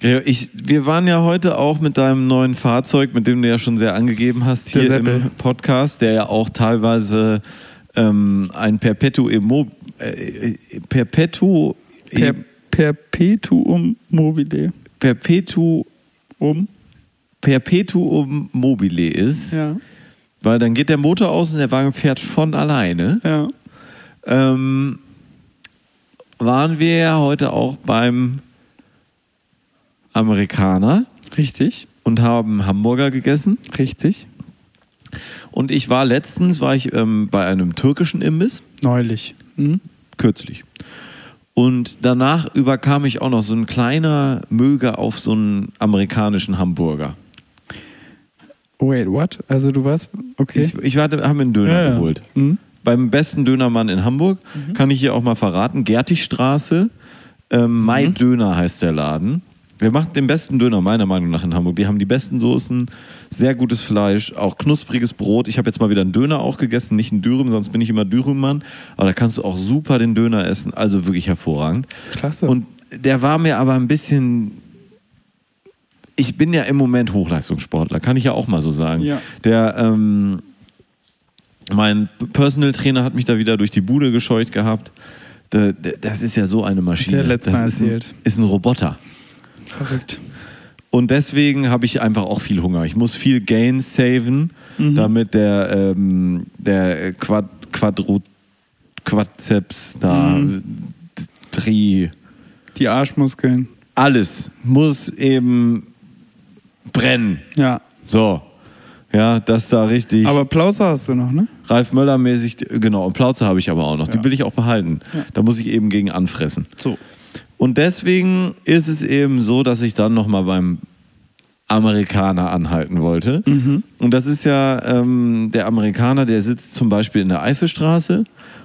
Ja, ich, wir waren ja heute auch mit deinem neuen Fahrzeug, mit dem du ja schon sehr angegeben hast
Der
hier
Seppel.
im Podcast, der ja auch teilweise ähm, ein Perpetuum mo- äh, äh, Perpetu
Per, perpetuum mobile.
Perpetu
Um.
Perpetuum mobile ist,
Ja.
weil dann geht der Motor aus und der Wagen fährt von alleine.
Ja.
Ähm, waren wir ja heute auch beim Amerikaner
Richtig.
und haben Hamburger gegessen.
Richtig.
Und ich war letztens, war ich ähm, bei einem türkischen Imbiss,
Neulich. Hm?
kürzlich. Und danach überkam ich auch noch so ein kleiner Möger auf so einen amerikanischen Hamburger.
Wait, what? Also du warst. Okay.
Ich, ich warte, haben mir einen Döner
Ja, ja.
geholt.
Mhm.
Beim besten Dönermann in Hamburg kann ich hier auch mal verraten: Gertigstraße,
Mhm.
ähm, Mai Döner heißt der Laden. Wir machen den besten Döner meiner Meinung nach in Hamburg. Die haben die besten Soßen, sehr gutes Fleisch, auch knuspriges Brot. Ich habe jetzt mal wieder einen Döner auch gegessen, nicht einen Dürüm, sonst bin ich immer Dürümmann. Aber da kannst du auch super den Döner essen, also wirklich hervorragend.
Klasse.
Und der war mir aber ein bisschen ich bin ja im Moment Hochleistungssportler, kann ich ja auch mal so sagen.
Ja.
Der, ähm, mein Personal Trainer hat mich da wieder durch die Bude gescheucht gehabt. Da- da- Das ist ja so eine Maschine.
Hast du ja letztes
das
Mal
ist, ein,
erzählt.
ist ein Roboter.
Verrückt.
Und deswegen habe ich einfach auch viel Hunger. Ich muss viel Gain saven,
Mhm.
damit der, ähm, der Quad, Quadru, Quadzeps da,
Mhm.
d- Tri,
Die Arschmuskeln.
alles muss eben brennen.
Ja.
So. Ja, das da richtig.
Aber Plauser hast du noch, ne?
Ralf Möller mäßig, genau, und Plauze habe ich aber auch noch. Die will ich auch behalten. Da muss ich eben gegen anfressen.
So.
Und deswegen ist es eben so, dass ich dann nochmal beim Amerikaner anhalten wollte. Und das ist ja ähm, der Amerikaner, der sitzt zum Beispiel in der Eifelstraße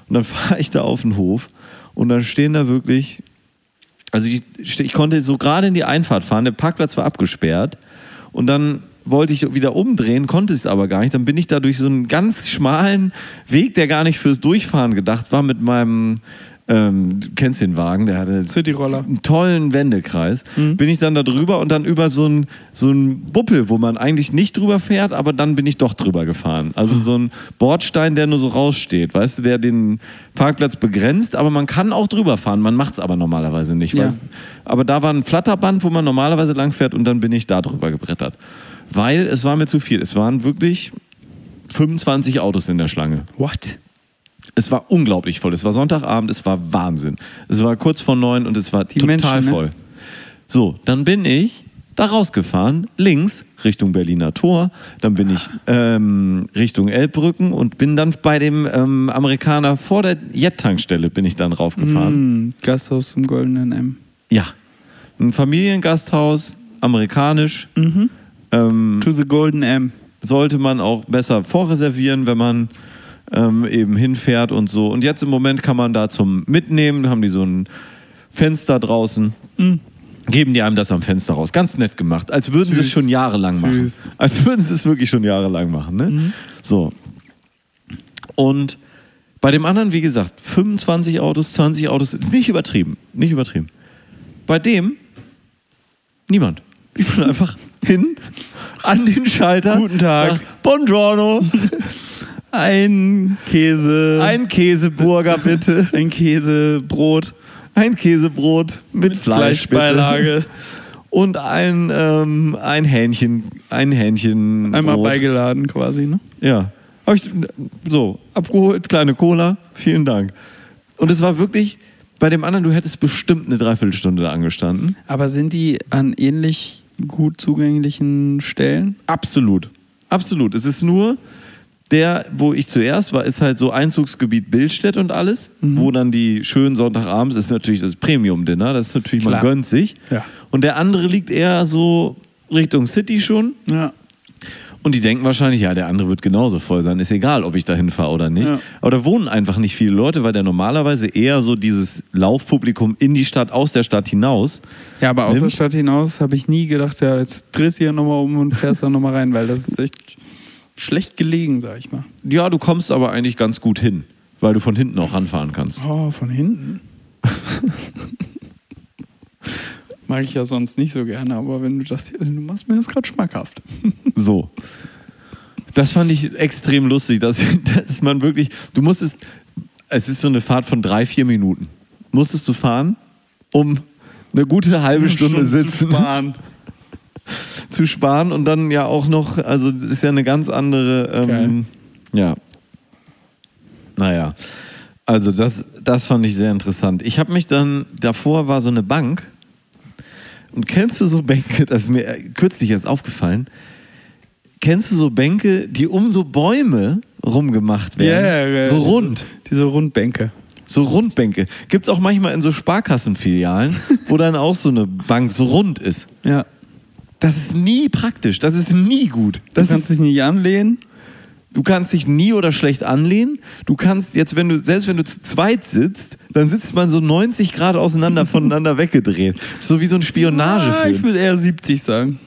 und dann fahre ich da auf den Hof und dann stehen da wirklich, also ich, ich konnte so gerade in die Einfahrt fahren, der Parkplatz war abgesperrt und dann wollte ich wieder umdrehen, konnte es aber gar nicht. Dann bin ich da durch so einen ganz schmalen Weg, der gar nicht fürs Durchfahren gedacht war, mit meinem, ähm, du kennst den Wagen, der hatte
Cityroller.
einen tollen Wendekreis,
Mhm.
bin ich dann da drüber und dann über so einen so einen Buppel, wo man eigentlich nicht drüber fährt, aber dann bin ich doch drüber gefahren. Also so ein Bordstein, der nur so raussteht, weißt du, der den Parkplatz begrenzt, aber man kann auch drüber fahren, man macht es aber normalerweise nicht.
Ja.
Weißt? Aber da war ein Flatterband, wo man normalerweise langfährt und dann bin ich da drüber gebrettert. Weil es war mir zu viel. Es waren wirklich 25 Autos in der Schlange.
What?
Es war unglaublich voll. Es war Sonntagabend, es war Wahnsinn. Es war kurz vor neun und es war total
Menschen, ne?
voll. So, dann bin ich da rausgefahren, links Richtung Berliner Tor. Dann bin ich ähm, Richtung Elbbrücken und bin dann bei dem ähm, Amerikaner vor der Jet-Tankstelle bin ich dann raufgefahren.
Hm, Gasthaus zum Goldenen M.
Ja, ein Familiengasthaus, amerikanisch. Ähm,
To the Golden M.
sollte man auch besser vorreservieren, wenn man ähm, eben hinfährt und so. Und jetzt im Moment kann man da zum Mitnehmen, da haben die so ein Fenster draußen.
Mhm.
Geben die einem das am Fenster raus. Ganz nett gemacht. Als würden sie es
Süß.
schon jahrelang machen.
Süß. Mhm.
Als würden sie es wirklich schon jahrelang machen. Ne? So. Und bei dem anderen, wie gesagt, 25 Autos, 20 Autos, ist nicht übertrieben, nicht übertrieben. Bei dem niemand. Ich bin einfach hin an den Schalter.
Guten Tag.
sag, Buongiorno.
Ein Käse.
Ein Käseburger bitte.
ein Käsebrot.
Ein Käsebrot mit, Fleisch bitte.
Fleischbeilage.
Und ein, ähm, ein Hähnchen. Ein Hähnchen.
Einmal
Brot.
beigeladen quasi, ne?
Ja. Hab ich, so, abgeholt, kleine Cola, vielen Dank. Und es war wirklich, bei dem anderen, du hättest bestimmt eine Dreiviertelstunde da angestanden.
Aber sind die an ähnlich gut zugänglichen Stellen?
Absolut. Absolut. Es ist nur, der, wo ich zuerst war, ist halt so Einzugsgebiet Billstedt und alles,
Mhm.
wo dann die schönen Sonntagabends ist natürlich das Premium-Dinner, das ist natürlich, man
Klar.
gönnt sich.
Ja.
Und der andere liegt eher so Richtung City schon.
Ja.
Und die denken wahrscheinlich, ja, der andere wird genauso voll sein. Ist egal, ob ich da hinfahre oder nicht.
Ja.
Aber da wohnen einfach nicht viele Leute, weil der normalerweise eher so dieses Laufpublikum in die Stadt, aus der Stadt hinaus.
Ja, aber aus der
nimmt.
Stadt hinaus habe ich nie gedacht, ja, jetzt drehst du hier nochmal um und fährst da nochmal rein, weil das ist echt schlecht gelegen, sag ich mal.
Ja, du kommst aber eigentlich ganz gut hin, weil du von hinten auch ranfahren kannst.
Oh, von hinten. Mag ich ja sonst nicht so gerne, aber wenn du das hier, du machst mir das gerade schmackhaft.
So. Das fand ich extrem lustig, dass, dass man wirklich, du musstest, es ist so eine Fahrt von drei, vier Minuten. Musstest du fahren, um eine gute halbe Stunde sitzen.
Bahn.
zu sparen und dann ja auch noch, also das ist ja eine ganz andere. Ähm, ja. Naja. Also das, das fand ich sehr interessant. Ich habe mich dann, davor war so eine Bank. Und kennst du so Bänke, das ist mir äh, kürzlich erst aufgefallen, kennst du so Bänke, die um so Bäume rumgemacht werden?
Ja, ja,
so
ja.
rund.
Diese Rundbänke.
So Rundbänke. Gibt es auch manchmal in so Sparkassenfilialen, wo dann auch so eine Bank so rund ist.
Ja.
Das ist nie praktisch. Das ist nie gut. Das
du kannst
ist,
dich nicht anlehnen.
du kannst dich nie oder schlecht anlehnen. Du kannst jetzt, wenn du, selbst wenn du zu zweit sitzt, dann sitzt man so 90 Grad auseinander voneinander weggedreht. So wie so ein
Ah, ich
Spionagefilm.
will eher 70 sagen.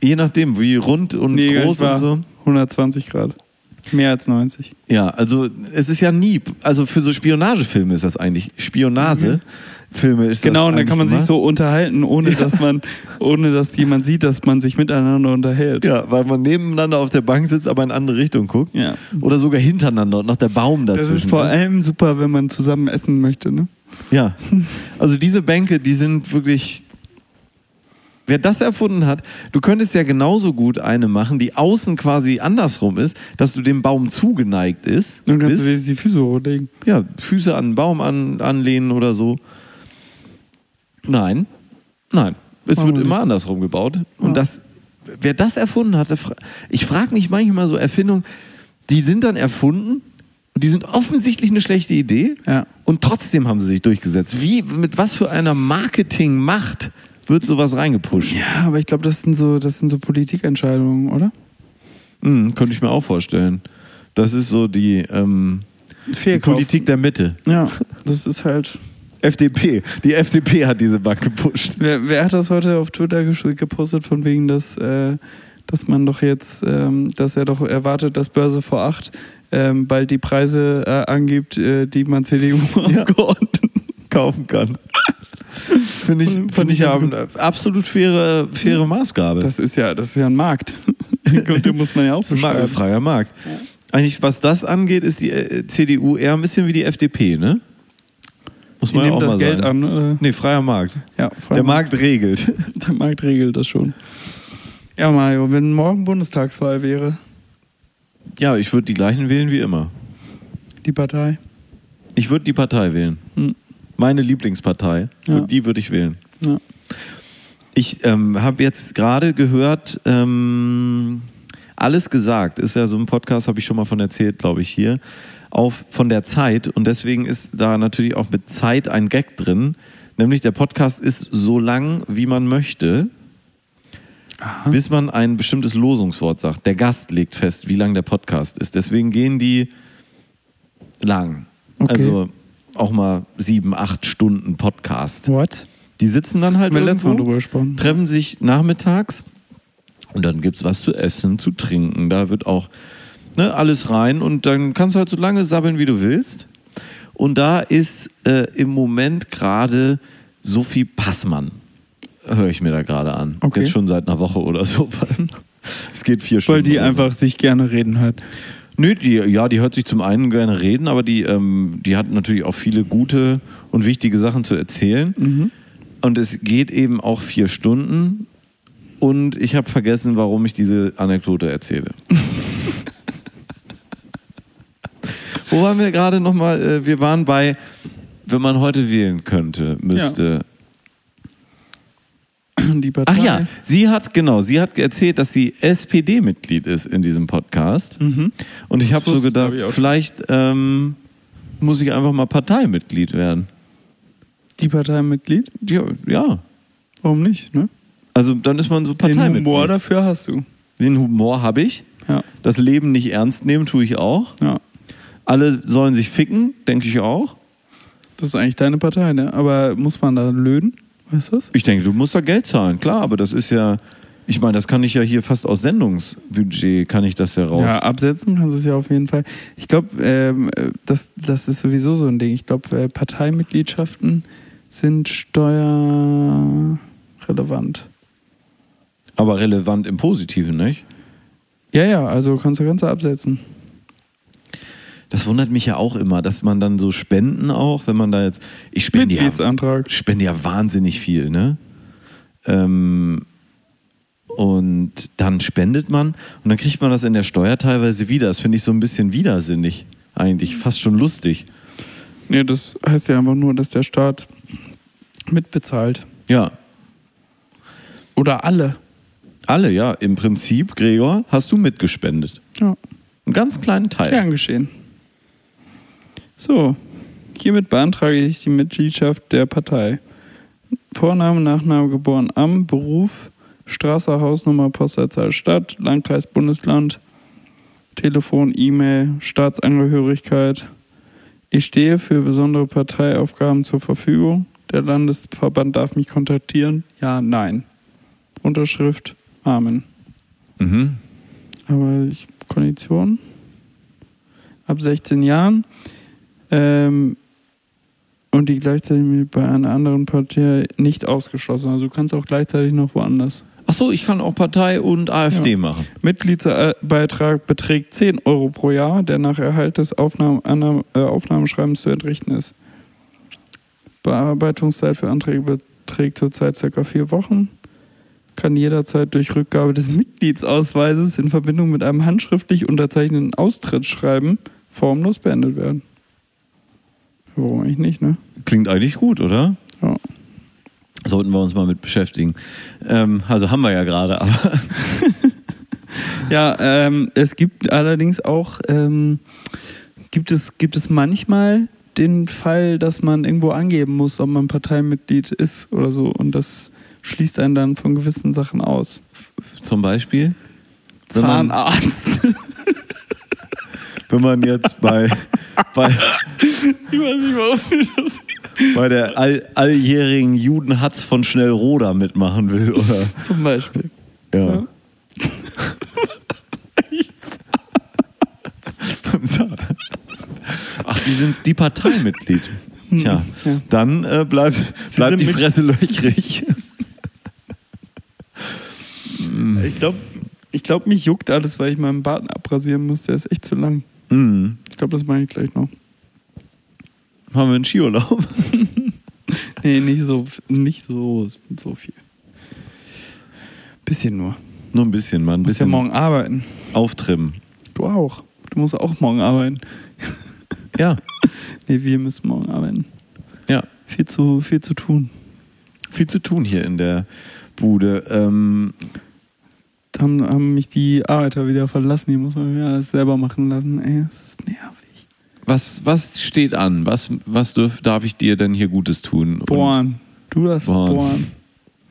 Je nachdem, wie rund und
gar nicht
groß
wahr.
und so.
120 Grad. Mehr als 90.
Ja, also es ist ja nie, also für so Spionagefilme ist das eigentlich. Spionagefilme ist das
Genau, und dann
eigentlich
kann man sich
immer.
so unterhalten, ohne
Ja.
dass man, ohne dass jemand sieht, dass man sich miteinander unterhält.
Ja, weil man nebeneinander auf der Bank sitzt, aber in andere Richtung guckt.
Ja.
Oder sogar hintereinander und noch der Baum
das
dazwischen.
ist vor allem super, wenn man zusammen essen möchte, ne?
Ja. Also diese Bänke, die sind wirklich. Wer das erfunden hat, du könntest ja genauso gut eine machen, die außen quasi andersrum ist, dass du dem Baum zugeneigt ist.
Dann kannst du
bist.
wenigstens die Füße hochlegen.
Ja, Füße an den Baum an, anlehnen oder so. Nein. Nein. Es wird immer andersrum gebaut. Und das, wer das erfunden hatte, fra- ich frage mich manchmal so Erfindungen, die sind dann erfunden und die sind offensichtlich eine schlechte Idee
Ja.
und trotzdem haben sie sich durchgesetzt. Wie, mit was für einer Marketingmacht wird sowas reingepusht?
Ja, aber ich glaube, das sind so, das sind so Politikentscheidungen, oder?
Hm, könnte ich mir auch vorstellen. Das ist so die, ähm, die
Fehlkauf.
Politik der Mitte.
Ja, das ist halt.
FDP. Die FDP hat diese Bank gepusht.
Wer, wer hat das heute auf Twitter gesch- gepostet, von wegen, dass, äh, dass man doch jetzt, ähm, dass er doch erwartet, dass Börse vor acht ähm, bald die Preise äh, angibt, äh, die man CDU-Abgeordneten.
kaufen kann. Finde ich, find ich ja eine absolut faire, faire Maßgabe.
Das ist ja, das ist ja ein Markt. Und den muss man ja auch
ist ein Mar-
beschreiben.
freier Markt. Eigentlich, was das angeht, ist die äh, CDU eher ein bisschen wie die FDP, ne? Muss
Die
man ja
nehmen
auch
das
mal
Geld
sagen.
an. Oder?
Nee, freier Markt.
Ja,
Der Markt regelt.
Der Markt regelt das schon. Ja, Mario, wenn morgen Bundestagswahl wäre,
Ja, ich würde die gleichen wählen wie immer.
die Partei.
Ich würde die Partei wählen.
Hm.
Meine Lieblingspartei.
Ja.
Die würde ich wählen.
Ja.
Ich ähm, habe jetzt gerade gehört, ähm, alles gesagt, ist ja so ein Podcast, habe ich schon mal von erzählt, glaube ich, hier, auf, von der Zeit. Und deswegen ist da natürlich auch mit Zeit ein Gag drin. Nämlich der Podcast ist so lang, wie man möchte, bis man ein bestimmtes Losungswort sagt. Der Gast legt fest, wie lang der Podcast ist. Deswegen gehen die lang.
Okay.
Also auch mal sieben, acht Stunden Podcast.
What?
Die sitzen dann halt
Haben wir letztes Mal
irgendwo,
drüber gesprochen.
treffen sich nachmittags und dann gibt es was zu essen, zu trinken. Da wird auch ne, alles rein und dann kannst du halt so lange sabbeln, wie du willst. Und da ist äh, im Moment gerade Sophie Passmann. Höre ich mir da gerade an.
Okay.
Jetzt schon seit einer Woche oder so. weil Es geht vier Stunden.
Weil die
oder so.
einfach sich gerne reden halt.
Nö, die, ja, die hört sich zum einen gerne reden, aber die, ähm, die hat natürlich auch viele gute und wichtige Sachen zu erzählen. Und es geht eben auch vier Stunden. Und ich habe vergessen, warum ich diese Anekdote erzähle. Wo waren wir gerade nochmal? Äh, wir waren bei, wenn man heute wählen könnte, müsste.
Die Partei.
Ach ja, sie hat, genau, sie hat erzählt, dass sie SPD-Mitglied ist in diesem Podcast. Und ich habe so
Mhm. wusste ich,
gedacht,
glaub ich, auch schon.
vielleicht ähm, muss ich einfach mal Parteimitglied werden.
Die Parteimitglied?
Ja, ja.
Warum nicht, ne?
also dann ist man so
Den
Parteimitglied.
Humor dafür hast du.
Den Humor habe ich.
Ja.
Das Leben nicht ernst nehmen tue ich auch.
Ja.
Alle sollen sich ficken, denke ich auch.
Das ist eigentlich deine Partei, ne? Aber muss man da löden? Weißt du das?
Ich denke, du musst da Geld zahlen, klar, aber das ist ja, ich meine, das kann ich ja hier fast aus Sendungsbudget, kann ich das ja raus.
Ja, absetzen kannst du es ja auf jeden Fall. Ich glaube, ähm, äh, das, das ist sowieso so ein Ding. Ich glaube, äh, Parteimitgliedschaften sind steuerrelevant.
Aber relevant im Positiven, nicht?
Ja, ja, also kannst du ganz absetzen.
Das wundert mich ja auch immer, dass man dann so Spenden auch, wenn man da jetzt. Ich spende ja,
Mitgliedsantrag.
spende ja wahnsinnig viel, ne? Ähm, und dann spendet man und dann kriegt man das in der Steuer teilweise wieder. Das finde ich so ein bisschen widersinnig, eigentlich. Fast schon lustig.
Nee, das heißt ja einfach nur, dass der Staat mitbezahlt.
Ja.
Oder alle.
Alle, ja. Im Prinzip, Gregor, hast du mitgespendet.
Ja.
Einen ganz kleinen Teil.
Kerngeschehen. So, hiermit beantrage ich die Mitgliedschaft der Partei. Vorname, Nachname, geboren am, Beruf, Straße, Hausnummer, Postleitzahl, Stadt, Landkreis, Bundesland, Telefon, E-Mail, Staatsangehörigkeit. Ich stehe für besondere Parteiaufgaben zur Verfügung. Der Landesverband darf mich kontaktieren. Ja, nein. Unterschrift, Amen.
Mhm.
Aber ich, Kondition. Ab 16 Jahren. Ähm, und die gleichzeitig mit bei einer anderen Partei nicht ausgeschlossen. Also du kannst auch gleichzeitig noch woanders.
Achso, ich kann auch Partei und AfD
Ja.
machen.
Mitgliedsbeitrag beträgt 10 Euro pro Jahr, der nach Erhalt des Aufnahme, Annahme- äh, Aufnahmeschreibens zu entrichten ist. Bearbeitungszeit für Anträge beträgt zurzeit circa vier Wochen. Kann jederzeit durch Rückgabe des Mitgliedsausweises in Verbindung mit einem handschriftlich unterzeichneten Austrittsschreiben formlos beendet werden. Warum eigentlich nicht, ne?
Klingt eigentlich gut, oder?
Ja.
Sollten wir uns mal mit beschäftigen. Ähm, also haben wir ja gerade, aber
Ja, ähm, es gibt allerdings auch, ähm, gibt, es, gibt es manchmal den Fall, dass man irgendwo angeben muss, ob man Parteimitglied ist oder so. Und das schließt einen dann von gewissen Sachen aus.
zum Beispiel, wenn man,
Zahnarzt.
wenn man jetzt bei, bei,
ich weiß nicht, warum ich das.
bei der all, alljährigen Judenhatz von Schnellroda mitmachen will, oder?
Zum Beispiel.
Ja. Beim Zahnarzt. Ach, Sie sind die Parteimitglied. Tja, dann äh, bleibt bleib
sind
die
mit-
Fresse löchrig.
Ich glaube, ich glaub, mich juckt alles, weil ich meinen Bart abrasieren muss. Der ist echt zu lang.
Mhm.
Ich glaube, das mache ich gleich noch.
Haben wir einen Skiurlaub?
Nee, nicht so, nicht so, so viel. Bisschen nur.
Nur ein bisschen, Mann. Ein
Muss ja
bisschen
morgen arbeiten.
auftrimmen.
Du auch. Du musst auch morgen arbeiten.
Ja,
Nee, wir müssen morgen arbeiten.
ja.
Viel zu, viel zu tun.
Viel zu tun hier in der Bude. Ähm,
Da haben, haben mich die Arbeiter wieder verlassen. Die muss man wieder alles selber machen lassen. Ey, es ist nervig.
was, was steht an? Was, was dürf, darf ich dir denn hier Gutes tun? Und
Bohren. Du darfst
Bohren.
bohren.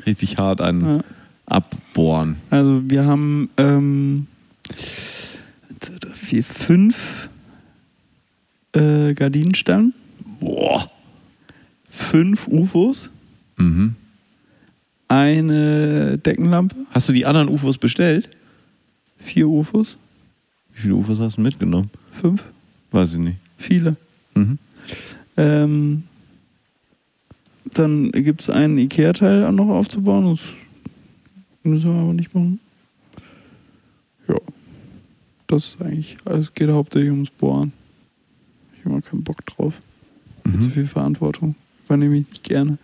Richtig hart an.
Ja.
Abbohren.
Also wir haben ähm, eins, zwei, drei, vier, fünf äh, Gardinenstangen. Boah. Fünf UFOs.
Mhm.
Eine Deckenlampe.
Hast du die anderen UFOs bestellt?
Vier UFOs.
Wie viele UFOs hast du mitgenommen?
Fünf?
Weiß ich nicht.
Viele. Ähm, dann gibt es einen Ikea-Teil auch noch aufzubauen. Das müssen wir aber nicht machen. Ja. Das ist eigentlich, es geht hauptsächlich ums Bohren. Ich habe mal keinen Bock drauf. Viel Zu viel Verantwortung. Übernehme ich nicht gerne.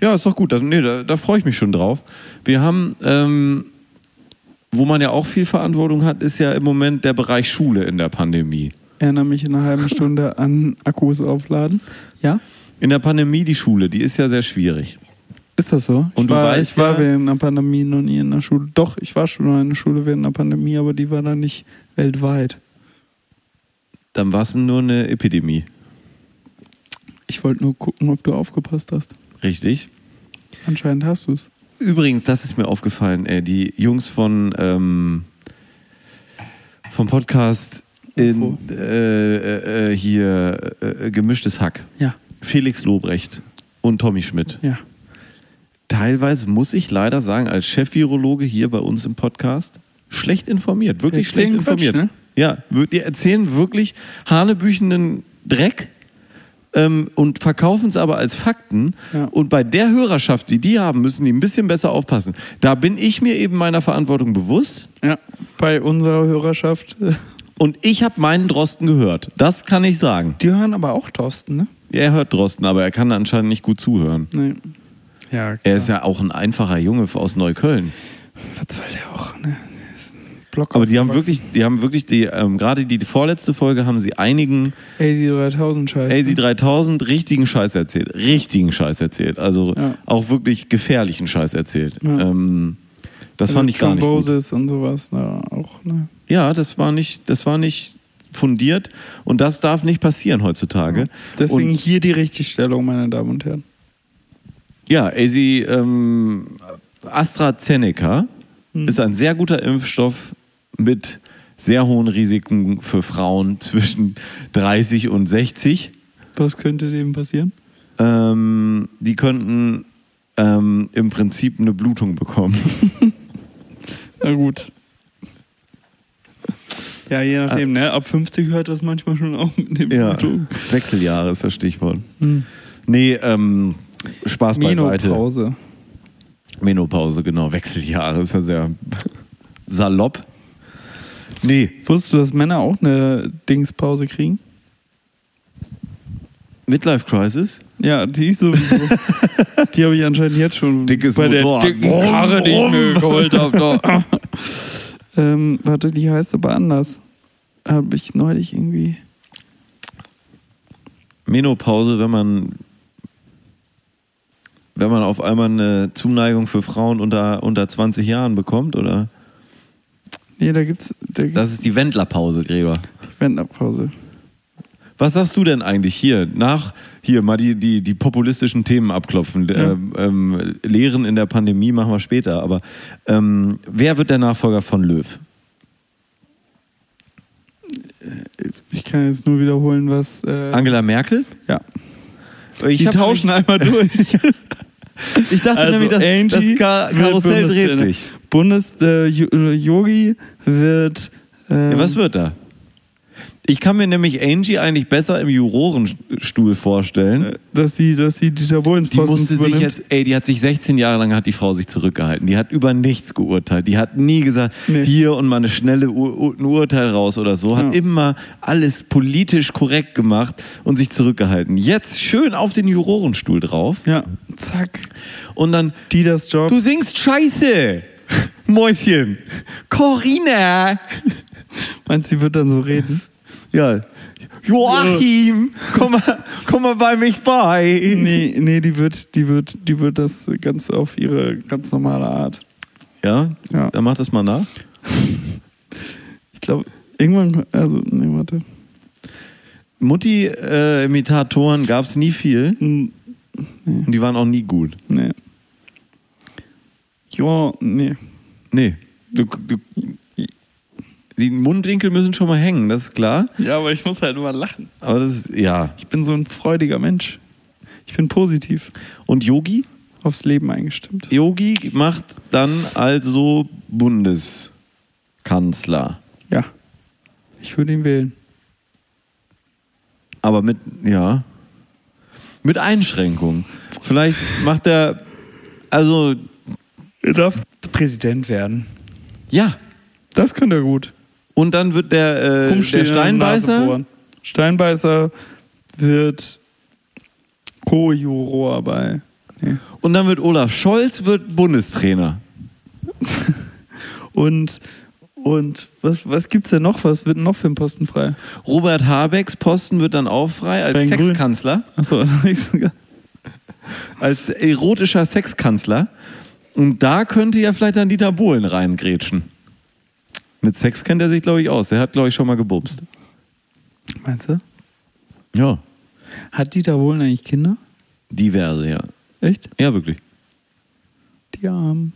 Ja, ist doch gut. Da, nee, da, da freue ich mich schon drauf. Wir haben, ähm, wo man ja auch viel Verantwortung hat, ist ja im Moment der Bereich Schule in der Pandemie.
Erinnere mich in einer halben Stunde an Akkus aufladen. Ja?
In der Pandemie die Schule, die ist ja sehr schwierig.
Ist das so?
Und
ich
du
war,
weißt
ich war
ja-
während der Pandemie noch nie in der Schule. Doch, ich war schon mal in der Schule während der Pandemie, aber die war dann nicht weltweit.
Dann war es nur eine Epidemie.
Ich wollte nur gucken, ob du aufgepasst hast.
Richtig?
Anscheinend hast du es.
Übrigens, das ist mir aufgefallen, ey, die Jungs von ähm, vom Podcast in, äh, äh, äh, hier äh, äh, gemischtes Hack.
Ja.
Felix Lobrecht und Tommy Schmidt.
Ja.
Teilweise muss ich leider sagen, als Chef-Virologe hier bei uns im Podcast, schlecht informiert, wirklich
Die
schlecht
erzählen Quatsch,
informiert.
ne?
Ja, wir- die erzählen wirklich hanebüchenden Dreck ähm, und verkaufen es aber als Fakten.
Ja.
Und bei der Hörerschaft, die die haben, müssen die ein bisschen besser aufpassen. Da bin ich mir eben meiner Verantwortung bewusst
Ja. Bei unserer Hörerschaft. äh,
und ich habe meinen Drosten gehört. Das kann ich sagen.
Die hören aber auch Thorsten, ne?
Er hört Drosten, aber er kann anscheinend nicht gut zuhören.
Nee. Ja,
Er ist ja auch ein einfacher Junge aus Neukölln.
was soll der auch, ne? Der Ist ein Block
Aber die haben
aufgewachsen.
wirklich, die haben wirklich die, ähm, gerade die vorletzte Folge haben sie einigen
AZ 3000 Scheiße.
AZ3000 richtigen Scheiß erzählt. Richtigen Scheiß erzählt. Also
Ja.
auch wirklich gefährlichen Scheiß erzählt.
Ja. Also
Ähm, das fand ich gar nicht gut.
Thrombosis und sowas, ne? Auch, ne?
Ja, das war nicht, das war nicht fundiert und das darf nicht passieren heutzutage.
Deswegen
und,
hier die Richtigstellung, meine Damen und Herren.
ja, AZ ähm, AstraZeneca
Hm.
ist ein sehr guter Impfstoff mit sehr hohen Risiken für Frauen zwischen 30 und 60.
Was könnte dem passieren?
ähm, die könnten ähm, im Prinzip eine Blutung bekommen.
Na gut. Ja, je nachdem, ne? Ab 50 hört das manchmal schon auf mit dem Blutung.
Wechseljahre ist das Stichwort. Nee, ähm, Spaß beiseite.
Menopause.
Menopause, genau. Wechseljahre ist ja sehr salopp. Nee,
Wusstest du, dass Männer auch eine Dingspause kriegen?
Midlife Crisis.
Ja, die ich sowieso. die habe ich anscheinend jetzt schon.
Dickes
bei
Motorrad.
der dicken
Brumm,
Karre, die ich mir
brumm.
geholt habe. ähm, warte, die heißt aber anders. Habe ich neulich irgendwie.
Menopause, wenn man wenn man auf einmal eine Zuneigung für Frauen unter, unter 20 Jahren bekommt, oder?
Nee, da gibt's, da gibt's
Das ist die Wendlerpause, Gregor.
die Wendlerpause.
Was sagst du denn eigentlich hier? Nach hier mal die, die, die populistischen Themen abklopfen. Ähm, ähm, Lehren in der Pandemie machen wir später. Aber ähm, wer wird der Nachfolger von Löw?
Ich kann jetzt nur wiederholen, was. Äh,
Angela Merkel?
ja.
Ich,
Die
hab
tauschen einmal durch.
nämlich- ich dachte nämlich, das, das Ka
wird
Karussell dreht
Also, Bundestrainer.
sich.
Bundes äh, Yo- Yogi wird. ähm,
Ja, was wird da? Ich kann mir nämlich Angie eigentlich besser im Jurorenstuhl
Äh,
vorstellen.
dass sie, dass sie Dieter Bohlen
Die musste sich jetzt, ey, die hat sich 16 Jahre lang hat die Frau sich zurückgehalten. Die hat über nichts geurteilt. Die hat nie gesagt,
Nee.
hier und mal eine schnelle Ur Ur- ein Urteil raus oder so. Hat
Ja.
immer alles politisch korrekt gemacht und sich zurückgehalten. Jetzt schön auf den Jurorenstuhl drauf
Ja, zack.
und dann,
Die das Job.
du singst Scheiße, Mäuschen, Corinna,
Meinst du, sie wird dann so reden?
ja. Joachim, komm mal, komm mal bei mich bei.
Nee, nee, die wird, die wird, die wird das ganz auf ihre ganz normale Art.
Ja?
Ja.
dann mach das mal nach.
Ich glaube, irgendwann, also, nee, warte.
Mutti-Imitatoren gab es nie viel.
Hm,
Und die waren auch nie gut.
Nee. Ja, nee.
Nee. Du, du, die Mundwinkel müssen schon mal hängen, das ist klar.
Ja, aber ich muss halt immer lachen.
Aber das ist, ja.
Ich bin so ein freudiger Mensch. Ich bin positiv
Und Yogi?
aufs Leben eingestimmt.
Yogi macht dann also Bundes. Kanzler.
Ja. Ich würde ihn wählen.
Aber mit, ja, mit Einschränkungen. Vielleicht macht er, also,
Er darf Präsident werden.
ja.
Das könnte er gut.
Und dann wird der, äh, der
Kummstehen in die Nase
Steinbeißer,
bohren. Steinbeißer wird Co-Juror bei. Nee.
und dann wird Olaf Scholz wird Bundestrainer.
Und, und was, was gibt's denn noch? Was wird denn noch für einen Posten frei?
Robert Habecks Posten wird dann auch frei als
Bei den Grünen.
Sexkanzler,
Achso,
als erotischer Sexkanzler. Und da könnte ja vielleicht dann Dieter Bohlen reingrätschen. Mit Sex kennt er sich, glaube ich, aus. Der hat, glaube ich, schon mal gebumst.
meinst du?
Ja.
Hat Dieter Bohlen eigentlich Kinder?
Diverse, ja.
Echt?
Ja, wirklich.
Die Armen.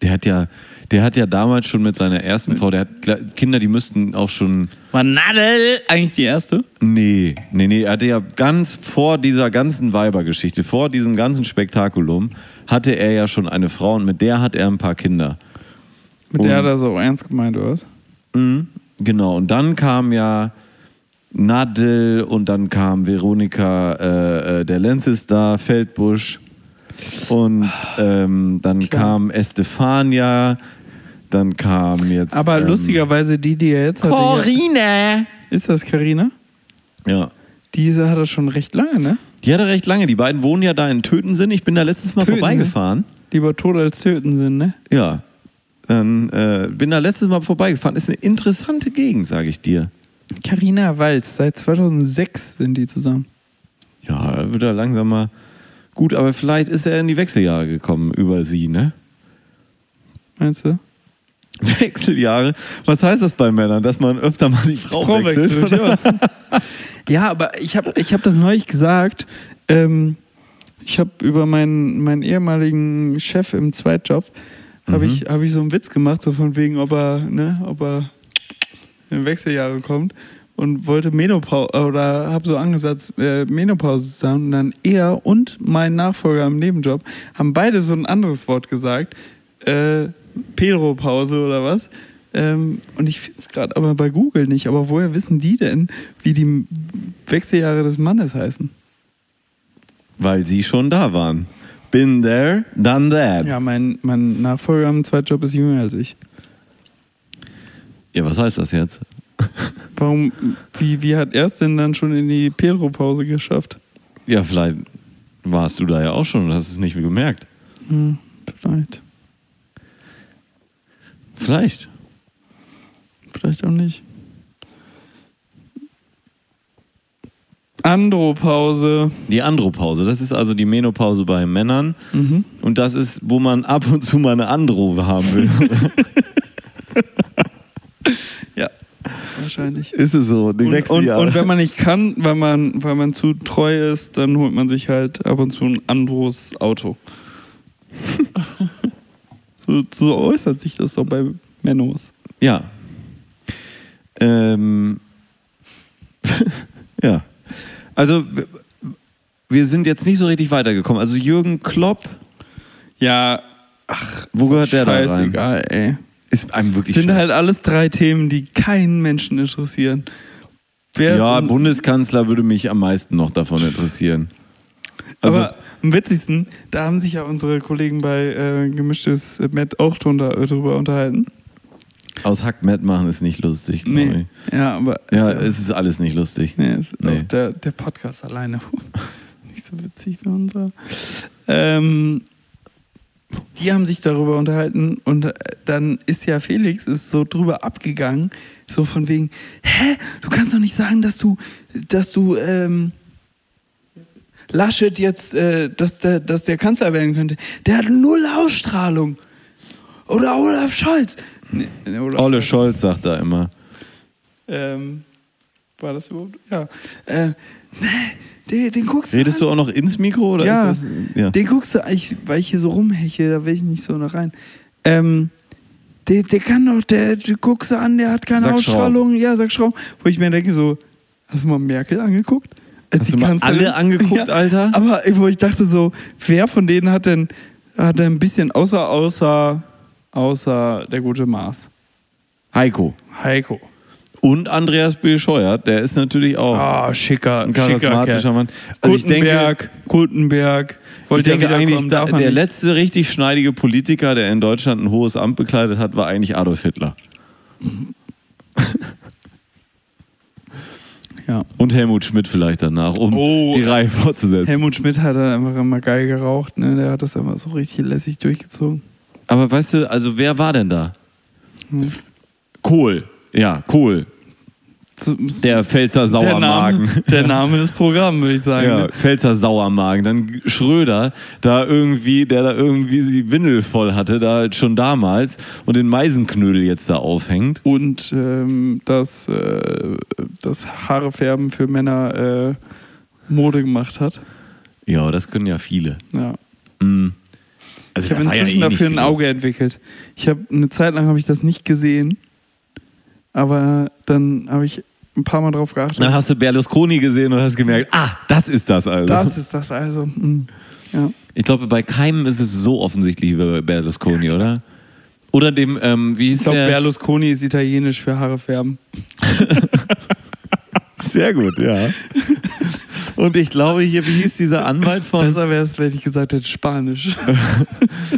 Der hat ja, der hat ja damals schon mit seiner ersten Frau, der hat gl- Kinder, die müssten auch schon.
War Nadel eigentlich die erste?
Nee, nee, nee, er hatte ja ganz vor dieser ganzen Weibergeschichte, vor diesem ganzen Spektakulum, hatte er ja schon eine Frau und mit der hat er ein paar Kinder.
Mit der hat er so ernst gemeint, oder was?
Mhm, genau, und dann kam ja Nadel und dann kam Veronika, äh, äh, der Lenz ist da, Feldbusch und ähm, dann kam Estefania, dann kam jetzt...
Aber
ähm,
lustigerweise, die, die er jetzt hat.
Corine.
Ist das Karina?
Ja.
Diese hat er schon recht lange, ne?
Die hatte recht lange. Die beiden wohnen ja da in Tötensinn. Ich bin da letztes Mal
Töten,
vorbeigefahren.
Lieber tot als töten sind, ne?
Ja. Dann äh, bin da letztes Mal vorbeigefahren. Ist eine interessante Gegend, sage ich dir.
Karina Walz, seit 2006 sind die zusammen.
Ja, da wird er langsam mal gut. Aber vielleicht ist er in die Wechseljahre gekommen über sie, ne?
Meinst du?
Wechseljahre. Was heißt das bei Männern? Dass man öfter mal die Frau, wechselt?
ja. ja, aber ich habe ich hab das neulich gesagt. Ähm, ich habe über meinen, meinen ehemaligen Chef im Zweitjob habe ich, hab ich so einen Witz gemacht, so von wegen, ob er, ne, ob er in Wechseljahre kommt und wollte Menopause oder habe so angesetzt, äh, Menopause zu sagen. Und dann er und mein Nachfolger im Nebenjob haben beide so ein anderes Wort gesagt. Äh, Pedro-Pause oder was. Ähm, und ich finde es gerade aber bei Google nicht. Aber woher wissen die denn, wie die Wechseljahre des Mannes heißen?
Weil sie schon da waren. Been there, done that. Ja,
Ja, mein, mein Nachfolger im Zweitjob ist jünger als ich.
was heißt das jetzt?
Warum, wie, wie hat er es denn dann schon in die Pedro-Pause geschafft?
Ja, vielleicht warst du da ja auch schon und hast es nicht gemerkt.
Hm, vielleicht.
Vielleicht.
Vielleicht auch nicht. Andropause.
Die Andropause, das ist also die Menopause bei Männern.
Mhm.
Und das ist, wo man ab und zu mal eine Andro haben will.
Ja. Wahrscheinlich.
ist es so, die
Und,
nächsten
und,
Jahre.
und wenn man nicht kann, weil man, weil man zu treu ist, dann holt man sich halt ab und zu ein anderes Auto. so, so äußert sich das doch bei Mennos.
ja. Ähm. ja. Also, w- wir sind jetzt nicht so richtig weitergekommen. Also, Jürgen Klopp
Ja, ach,
Wo
ist
gehört der da rein?
Scheißegal, ey.
ist einem wirklich.
sind
scheiß-
halt alles drei Themen, die keinen Menschen interessieren. Wer
ja,
ist
Bundeskanzler würde mich am meisten noch davon interessieren. Also,
Aber am witzigsten, da haben sich ja unsere Kollegen bei äh, Gemischtes Met auch drunter, äh, drüber unterhalten.
aus Hackmatt machen ist nicht lustig, glaube
Nee. Ja, aber.
ich. Ja,
ist
es ist alles nicht lustig.
Nee, ist
Nee.
Auch der, der Podcast alleine. Nicht so witzig wie unser. Ähm, die haben sich darüber unterhalten und äh, dann ist ja Felix ist so drüber abgegangen, so von wegen, hä, du kannst doch nicht sagen, dass du, dass du ähm, Laschet jetzt, äh, dass, der, dass der Kanzler werden könnte. Der hat null Ausstrahlung. Oder Olaf Scholz. Nee, nee, Olaf
Olle Scholz sagt da immer.
ähm, war das überhaupt? Ja. Äh, nee, den, den guckst
Redest
du.
du auch noch ins Mikro oder
ja,
ist das? Ja.
den guckst du, ich, weil ich hier so rumheche, da will ich nicht so noch rein. Ähm, der, der kann doch, der, du guckst du an, der hat keine
Sack
Ausstrahlung. Ja, sag Schrauben. Wo ich mir denke, so, hast du mal Merkel angeguckt? Äh,
Hast
die
du mal
Kanzlerin-
alle angeguckt, Alter?
Aber äh, wo ich dachte so, wer von denen hat denn, hat denn ein bisschen außer, außer, außer der gute Mars?
Heiko.
Heiko.
Und Andreas B. Scheuert, der ist natürlich auch
Ah, schicker,
Oh, ein
schicker
charismatischer
Kerl.
Mann. Also ich denke,
Gutenberg, Gutenberg.
ich
Wollte
denke
ja
eigentlich,
wiederkommen,
da,
darf er
der
nicht.
letzte richtig schneidige Politiker, der in Deutschland ein hohes Amt bekleidet hat, war eigentlich Adolf Hitler.
Ja.
Und Helmut Schmidt vielleicht danach, um
Oh.
die Reihe fortzusetzen.
Helmut Schmidt hat da einfach immer geil geraucht, ne? Der hat das einfach so richtig lässig durchgezogen.
Aber weißt du, also wer war denn da? Kohl. Ja, Kohl.
So-
Der Pfälzer
der, Name,
Sauermagen.
der Name ist Programm, würde ich sagen.
Ja,
ne?
Pfälzer Sauermagen. Dann Schröder, da irgendwie, der da irgendwie die Windel voll hatte, da schon damals und den Meisenknödel jetzt da aufhängt.
Und ähm, dass äh, das Haarefärben für Männer äh, Mode gemacht hat.
Ja, das können ja viele.
Ja.
Also
Ich habe
da war ja
inzwischen
eh nicht
dafür ein
viel
Auge entwickelt. Ich habe eine Zeit lang habe ich das nicht gesehen, aber dann habe ich ein paar Mal drauf
los. Dann
geachtet.
hast du Berlusconi gesehen und hast gemerkt, ah, das ist das also.
Das ist das also. Mhm. Ja.
Ich glaube, bei keinem ist es so offensichtlich wie bei Berlusconi, oder? Oder dem, ähm, wie hieß
Ich glaube,
der?
Berlusconi ist italienisch für Haare färben.
Sehr gut, ja. Und ich glaube, hier, wie hieß dieser Anwalt von,
Besser wäre es, wenn ich gesagt hätte, Spanisch.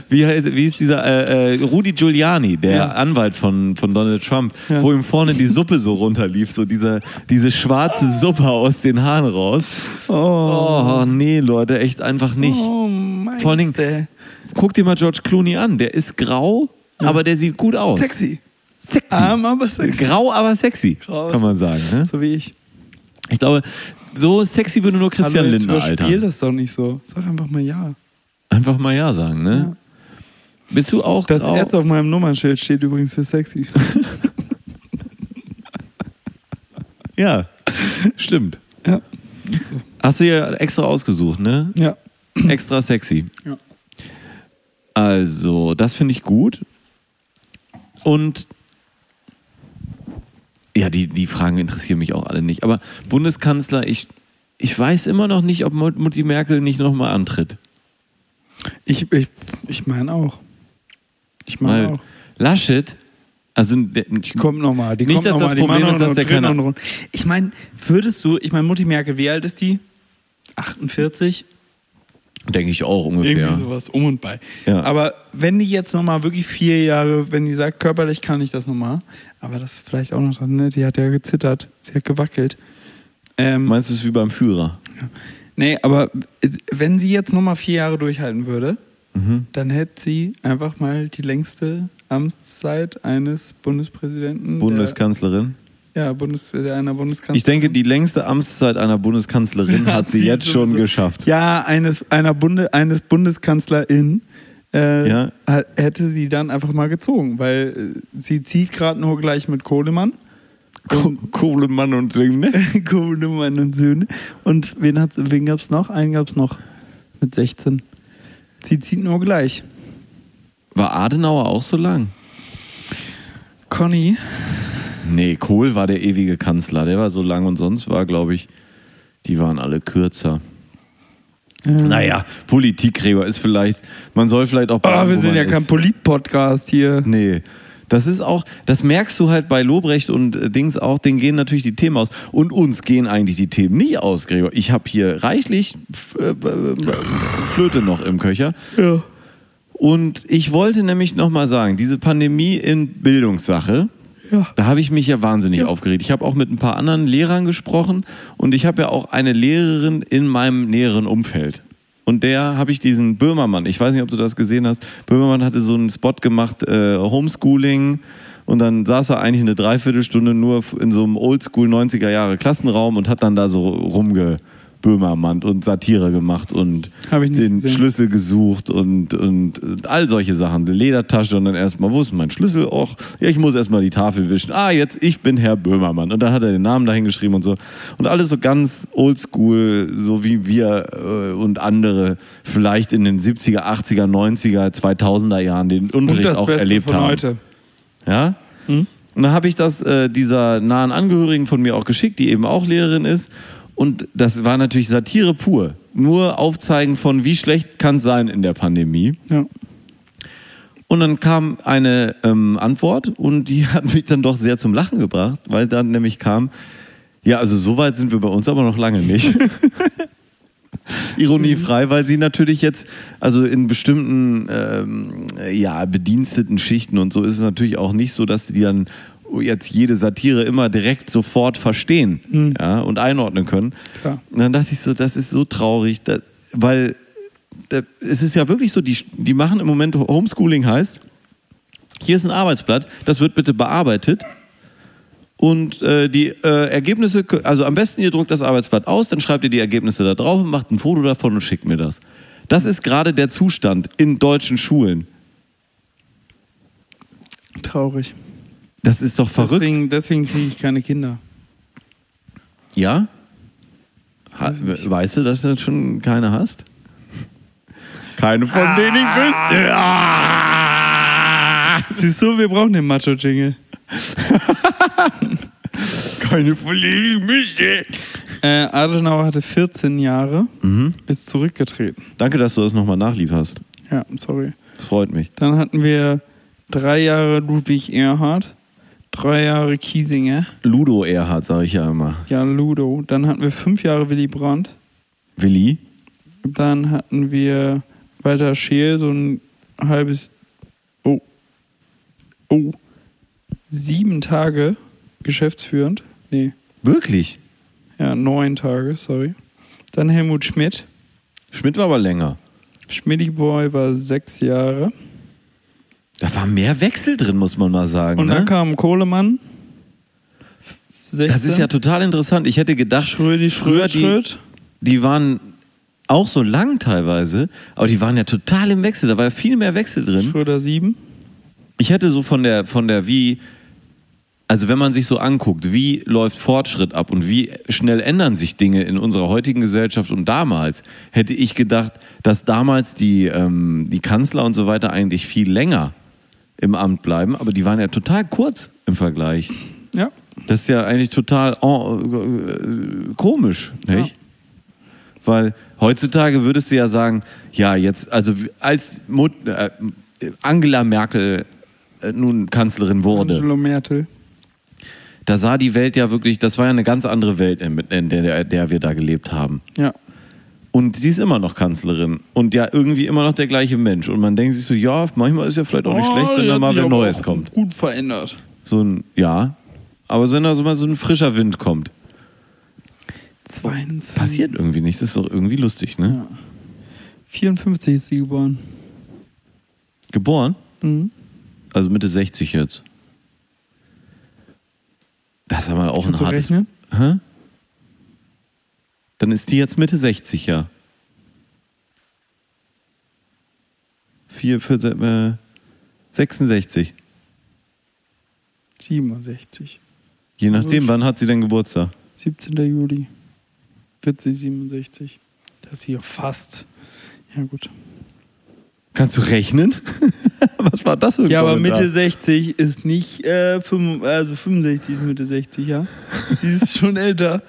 wie, heißt, wie hieß dieser, äh, äh, Rudy Giuliani, der Anwalt von, von Donald Trump,
Ja.
wo ihm vorne die Suppe so runterlief, so diese, diese schwarze Suppe aus den Haaren raus. Oh, nee, Leute, echt einfach nicht.
Oh mein
Vor allen Dingen- Guck dir mal George Clooney an, der ist grau, aber der sieht gut aus.
Sexy. Sexy. Arm, aber sexy.
Grau, aber sexy,
Grau.
kann man sagen. Ne?
So wie ich.
Ich glaube, so sexy würde nur Christian
Hallo, jetzt
Lindner
überspiel
altern.
das doch nicht so. Sag einfach mal ja.
Einfach mal ja sagen, ne? Bist du auch
Das
grau?
S auf meinem Nummernschild steht übrigens für sexy.
Ja, stimmt.
ja. Ist so.
Hast du ja extra ausgesucht, ne?
Ja.
Extra sexy.
Ja.
Also, das finde ich gut. Und ja, die, die Fragen interessieren mich auch alle nicht. Aber Bundeskanzler, ich, ich weiß immer noch nicht, ob Mut- Mutti Merkel nicht nochmal antritt.
Ich, ich, ich meine auch. Ich meine
Weil
auch.
Laschet, also der,
Die kommt nochmal.
Nicht, dass das Problem ist, dass der keine-
Ich meine, würdest du, ich meine, Mutti Merkel, wie alt ist die? 48?
denke ich auch ungefähr.
Irgendwie sowas um und bei.
Ja.
Aber wenn die jetzt nochmal wirklich vier Jahre, wenn die sagt, körperlich kann ich das nochmal, aber das ist vielleicht auch noch, ne? die hat ja gezittert, sie hat gewackelt. Ähm,
Meinst du es wie beim Führer?
Nee, aber äh, wenn sie jetzt nochmal vier Jahre durchhalten würde,
Mhm.
dann hätte sie einfach mal die längste Amtszeit eines Bundespräsidenten.
Bundeskanzlerin?
Der, ja, Bundes, der einer Bundeskanzlerin.
Ich denke, die längste Amtszeit einer Bundeskanzlerin hat sie jetzt
sowieso-
schon geschafft.
Ja, eines, einer Bunde, eines Bundeskanzlerin äh,
Ja.
ha- hätte sie dann einfach mal gezogen, weil äh, sie zieht gerade nur gleich mit Kohlemann.
Ko- Kohlemann und Söhne.
Kohlemann und Söhne. Und wen, hat- wen gab es noch? Einen gab es noch mit 16. Sie zieht nur gleich.
War Adenauer auch so lang?
Conny.
Nee, Kohl war der ewige Kanzler. Der war so lang und sonst war, glaube ich, die waren alle kürzer.
Ähm.
Naja, Politikgräber ist vielleicht, man soll vielleicht auch.
Oh,
bleiben,
wir
wo
sind
man
ja kein
ist.
Polit-Podcast hier.
Nee. Das ist auch, das merkst du halt bei Lobrecht und äh, Dings auch, denen gehen natürlich die Themen aus. Und uns gehen eigentlich die Themen nicht aus, Gregor. Ich habe hier reichlich F- äh, b- b- Flöte noch im Köcher.
Ja.
Und ich wollte nämlich nochmal sagen, diese Pandemie in Bildungssache,
Ja.
da habe ich mich ja wahnsinnig aufgeregt. Ich habe auch mit ein paar anderen Lehrern gesprochen und ich habe ja auch eine Lehrerin in meinem näheren Umfeld. Und der habe ich diesen Böhmermann, ich weiß nicht, ob du das gesehen hast, Böhmermann hatte so einen Spot gemacht, äh, Homeschooling. Und dann saß er eigentlich eine Dreiviertelstunde nur in so einem Oldschool 90er Jahre Klassenraum und hat dann da so rumgeböhmermannt und Satire gemacht und
Hab ich nicht
den
gesehen.
Schlüssel gesucht und, und, und all solche Sachen. Eine Ledertasche und dann erstmal, wo ist mein Schlüssel? Och, ja, ich muss erstmal die Tafel wischen. Ah, jetzt, ich bin Herr Böhmermann. Und dann hat er den Namen dahin geschrieben und so. Und alles so ganz oldschool, so wie wir äh, und andere vielleicht in den 70er, 80er, 90er, 2000er Jahren den
Und
Unterricht
das
auch
Beste
erlebt
von
haben.
heute.
Ja? Und dann habe ich das äh, dieser nahen Angehörigen von mir auch geschickt, die eben auch Lehrerin ist. Und das war natürlich Satire pur. Nur Aufzeigen von, wie schlecht kann es sein in der Pandemie.
Ja.
Und dann kam eine ähm, Antwort und die hat mich dann doch sehr zum Lachen gebracht, weil dann nämlich kam, ja, also so weit sind wir bei uns aber noch lange nicht. Ironiefrei, weil sie natürlich jetzt, also in bestimmten ähm, ja, bediensteten Schichten und so ist es natürlich auch nicht so, dass die dann jetzt jede Satire immer direkt sofort verstehen ja, und einordnen können.
Klar.
Und dann dachte ich so, das ist so traurig, da, weil da, es ist ja wirklich so, die, die machen im Moment Homeschooling heißt, hier ist ein Arbeitsblatt, das wird bitte bearbeitet. Und äh, die äh, Ergebnisse, kö- also am besten ihr druckt das Arbeitsblatt aus, dann schreibt ihr die Ergebnisse da drauf und macht ein Foto davon und schickt mir das. Das ist gerade der Zustand in deutschen Schulen.
Traurig.
Das ist doch verrückt.
Deswegen, deswegen kriege ich keine Kinder.
Ja? Ha, we- weißt du, dass du schon keine hast? Ah. Keine von denen ich wüsste. Ah!
Siehst du, wir brauchen den Macho-Jingle.
Keine von denen ich wüsste.
Äh, Adenauer hatte 14 Jahre, ist zurückgetreten.
Danke, dass du das nochmal nachlieferst.
Ja, sorry.
Das freut mich.
Dann hatten wir drei Jahre Ludwig Erhard, drei Jahre Kiesinger,
Ludo Erhard, sage ich ja immer.
ja Ludo. Dann hatten wir fünf Jahre Willy Brandt.
Willi?
Dann hatten wir Walter Scheel, so ein halbes. Oh. Oh. Sieben Tage geschäftsführend. Nee,
Wirklich?
ja, neun Tage, sorry. Dann Helmut Schmidt.
Schmidt war aber länger.
Schmidtiboy war sechs Jahre.
Da war mehr Wechsel drin, muss man mal sagen.
Und dann
ne?
kam Kohlemann. F- 16.
Das ist ja total interessant. Ich hätte gedacht,
Schrödi,
früher
Schröd,
die,
Schröd.
die waren auch so lang teilweise, aber die waren ja total im Wechsel. Da war ja viel mehr Wechsel drin.
Schröder 7.
Ich hätte so von der, von der wie, also wenn man sich so anguckt, wie läuft Fortschritt ab und wie schnell ändern sich Dinge in unserer heutigen Gesellschaft und damals, hätte ich gedacht, dass damals die, ähm, die Kanzler und so weiter eigentlich viel länger im Amt bleiben, aber die waren ja total kurz im Vergleich.
Ja.
Das ist ja eigentlich total oh, äh, komisch, nicht? Weil heutzutage würdest du ja sagen, ja, jetzt, also als Mut, äh, Angela Merkel äh, nun Kanzlerin wurde,
Angelo Mertel.
da sah die Welt ja wirklich, das war ja eine ganz andere Welt, in, in der, der wir da gelebt haben.
Ja.
Und sie ist immer noch Kanzlerin und ja irgendwie immer noch der gleiche Mensch. Und man denkt sich so, ja, manchmal ist ja vielleicht auch nicht schlecht,
Oh,
wenn
die
da
hat
mal
sich
wer
aber
Neues
auch
kommt.
Gut verändert.
So ein, ja, aber so, wenn da so mal so ein frischer Wind kommt.
22.
Passiert irgendwie nicht. Das ist doch irgendwie lustig, ne?
54 ist sie geboren.
Geboren?
Mhm.
Also Mitte 60 jetzt. Das ist aber auch
Kannst
ein
du
hartes...
rechnen?
Hä? Dann ist die jetzt Mitte 60, ja. Vier, vier, äh, 66.
67.
Je nachdem, wann hat sie denn Geburtstag?
17. Juli. Wird sie 67. Das ist hier fast. Ja, gut.
Kannst du rechnen? Was war das für ein
Ja, aber
Kommentar?
Mitte 60 ist nicht, äh, fünf, also 65 ist Mitte 60, ja. Die ist schon älter.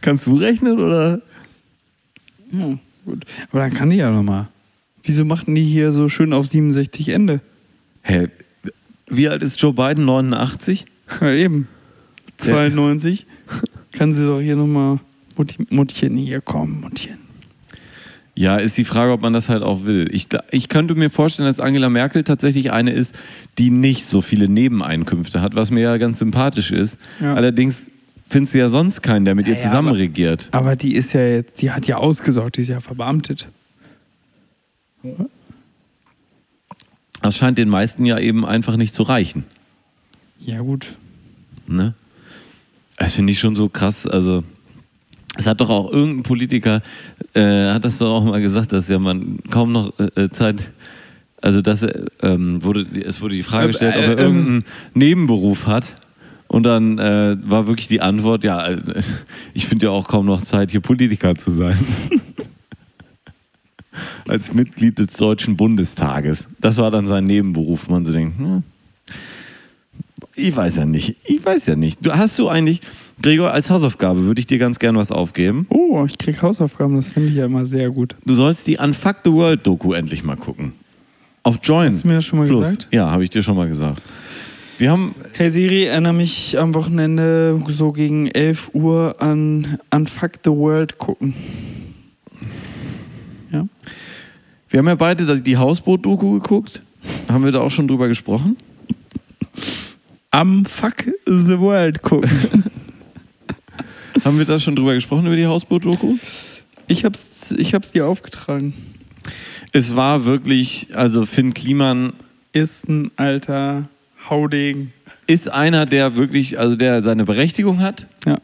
Kannst du rechnen oder?
Ja, gut. Aber dann kann die ja nochmal. Wieso machten die hier so schön auf 67 Ende?
Hä? Wie alt ist Joe Biden? 89?
Ja, eben. 92. Kann sie doch hier nochmal. Mutti, Muttchen, hier komm, Muttchen.
Ja, ist die Frage, ob man das halt auch will. Ich, ich könnte mir vorstellen, dass Angela Merkel tatsächlich eine ist, die nicht so viele Nebeneinkünfte hat, was mir ja ganz sympathisch ist.
Ja.
Allerdings findest du ja sonst keinen, der mit ihr zusammen regiert.
Aber die ist ja jetzt, die hat ja ausgesorgt, die ist ja verbeamtet.
Das scheint den meisten ja eben einfach nicht zu reichen.
Ja, gut.
Ne? Das finde ich schon so krass. Also, es hat doch auch irgendein Politiker, äh, hat das doch auch mal gesagt, dass ja man kaum noch äh, äh, Zeit. Also, dass er, ähm, wurde, es wurde die Frage gestellt, ob er
äh, ähm.
irgendeinen Nebenberuf hat. Und dann äh, war wirklich die Antwort: Ja, äh, ich finde ja auch kaum noch Zeit, hier Politiker zu sein. Als Mitglied des Deutschen Bundestages. Das war dann sein Nebenberuf, wo man so denkt: hm, ich weiß ja nicht. Ich weiß ja nicht. Du hast du eigentlich, Gregor, als Hausaufgabe würde ich dir ganz gern was aufgeben.
Oh, ich krieg Hausaufgaben, das finde ich ja immer sehr gut.
Du sollst die Unfuck the World Doku endlich mal gucken. Auf Join.
Hast du mir das schon mal
Plus.
gesagt?
Ja, habe ich dir schon mal gesagt. Wir haben
Hey Siri, erinnere mich am Wochenende so gegen 11 Uhr an, an Fuck the World gucken. Ja.
Wir haben ja beide das- die Hausboot-Doku geguckt. Haben wir da auch schon drüber gesprochen?
Am Fuck the World gucken.
Haben wir da schon drüber gesprochen über die Hausboot-Doku?
ich, hab's, ich hab's dir aufgetragen.
Es war wirklich, also Finn Kliman
Ist ein alter Haudegen.
ist einer, der wirklich, also der seine Berechtigung hat,
Ja.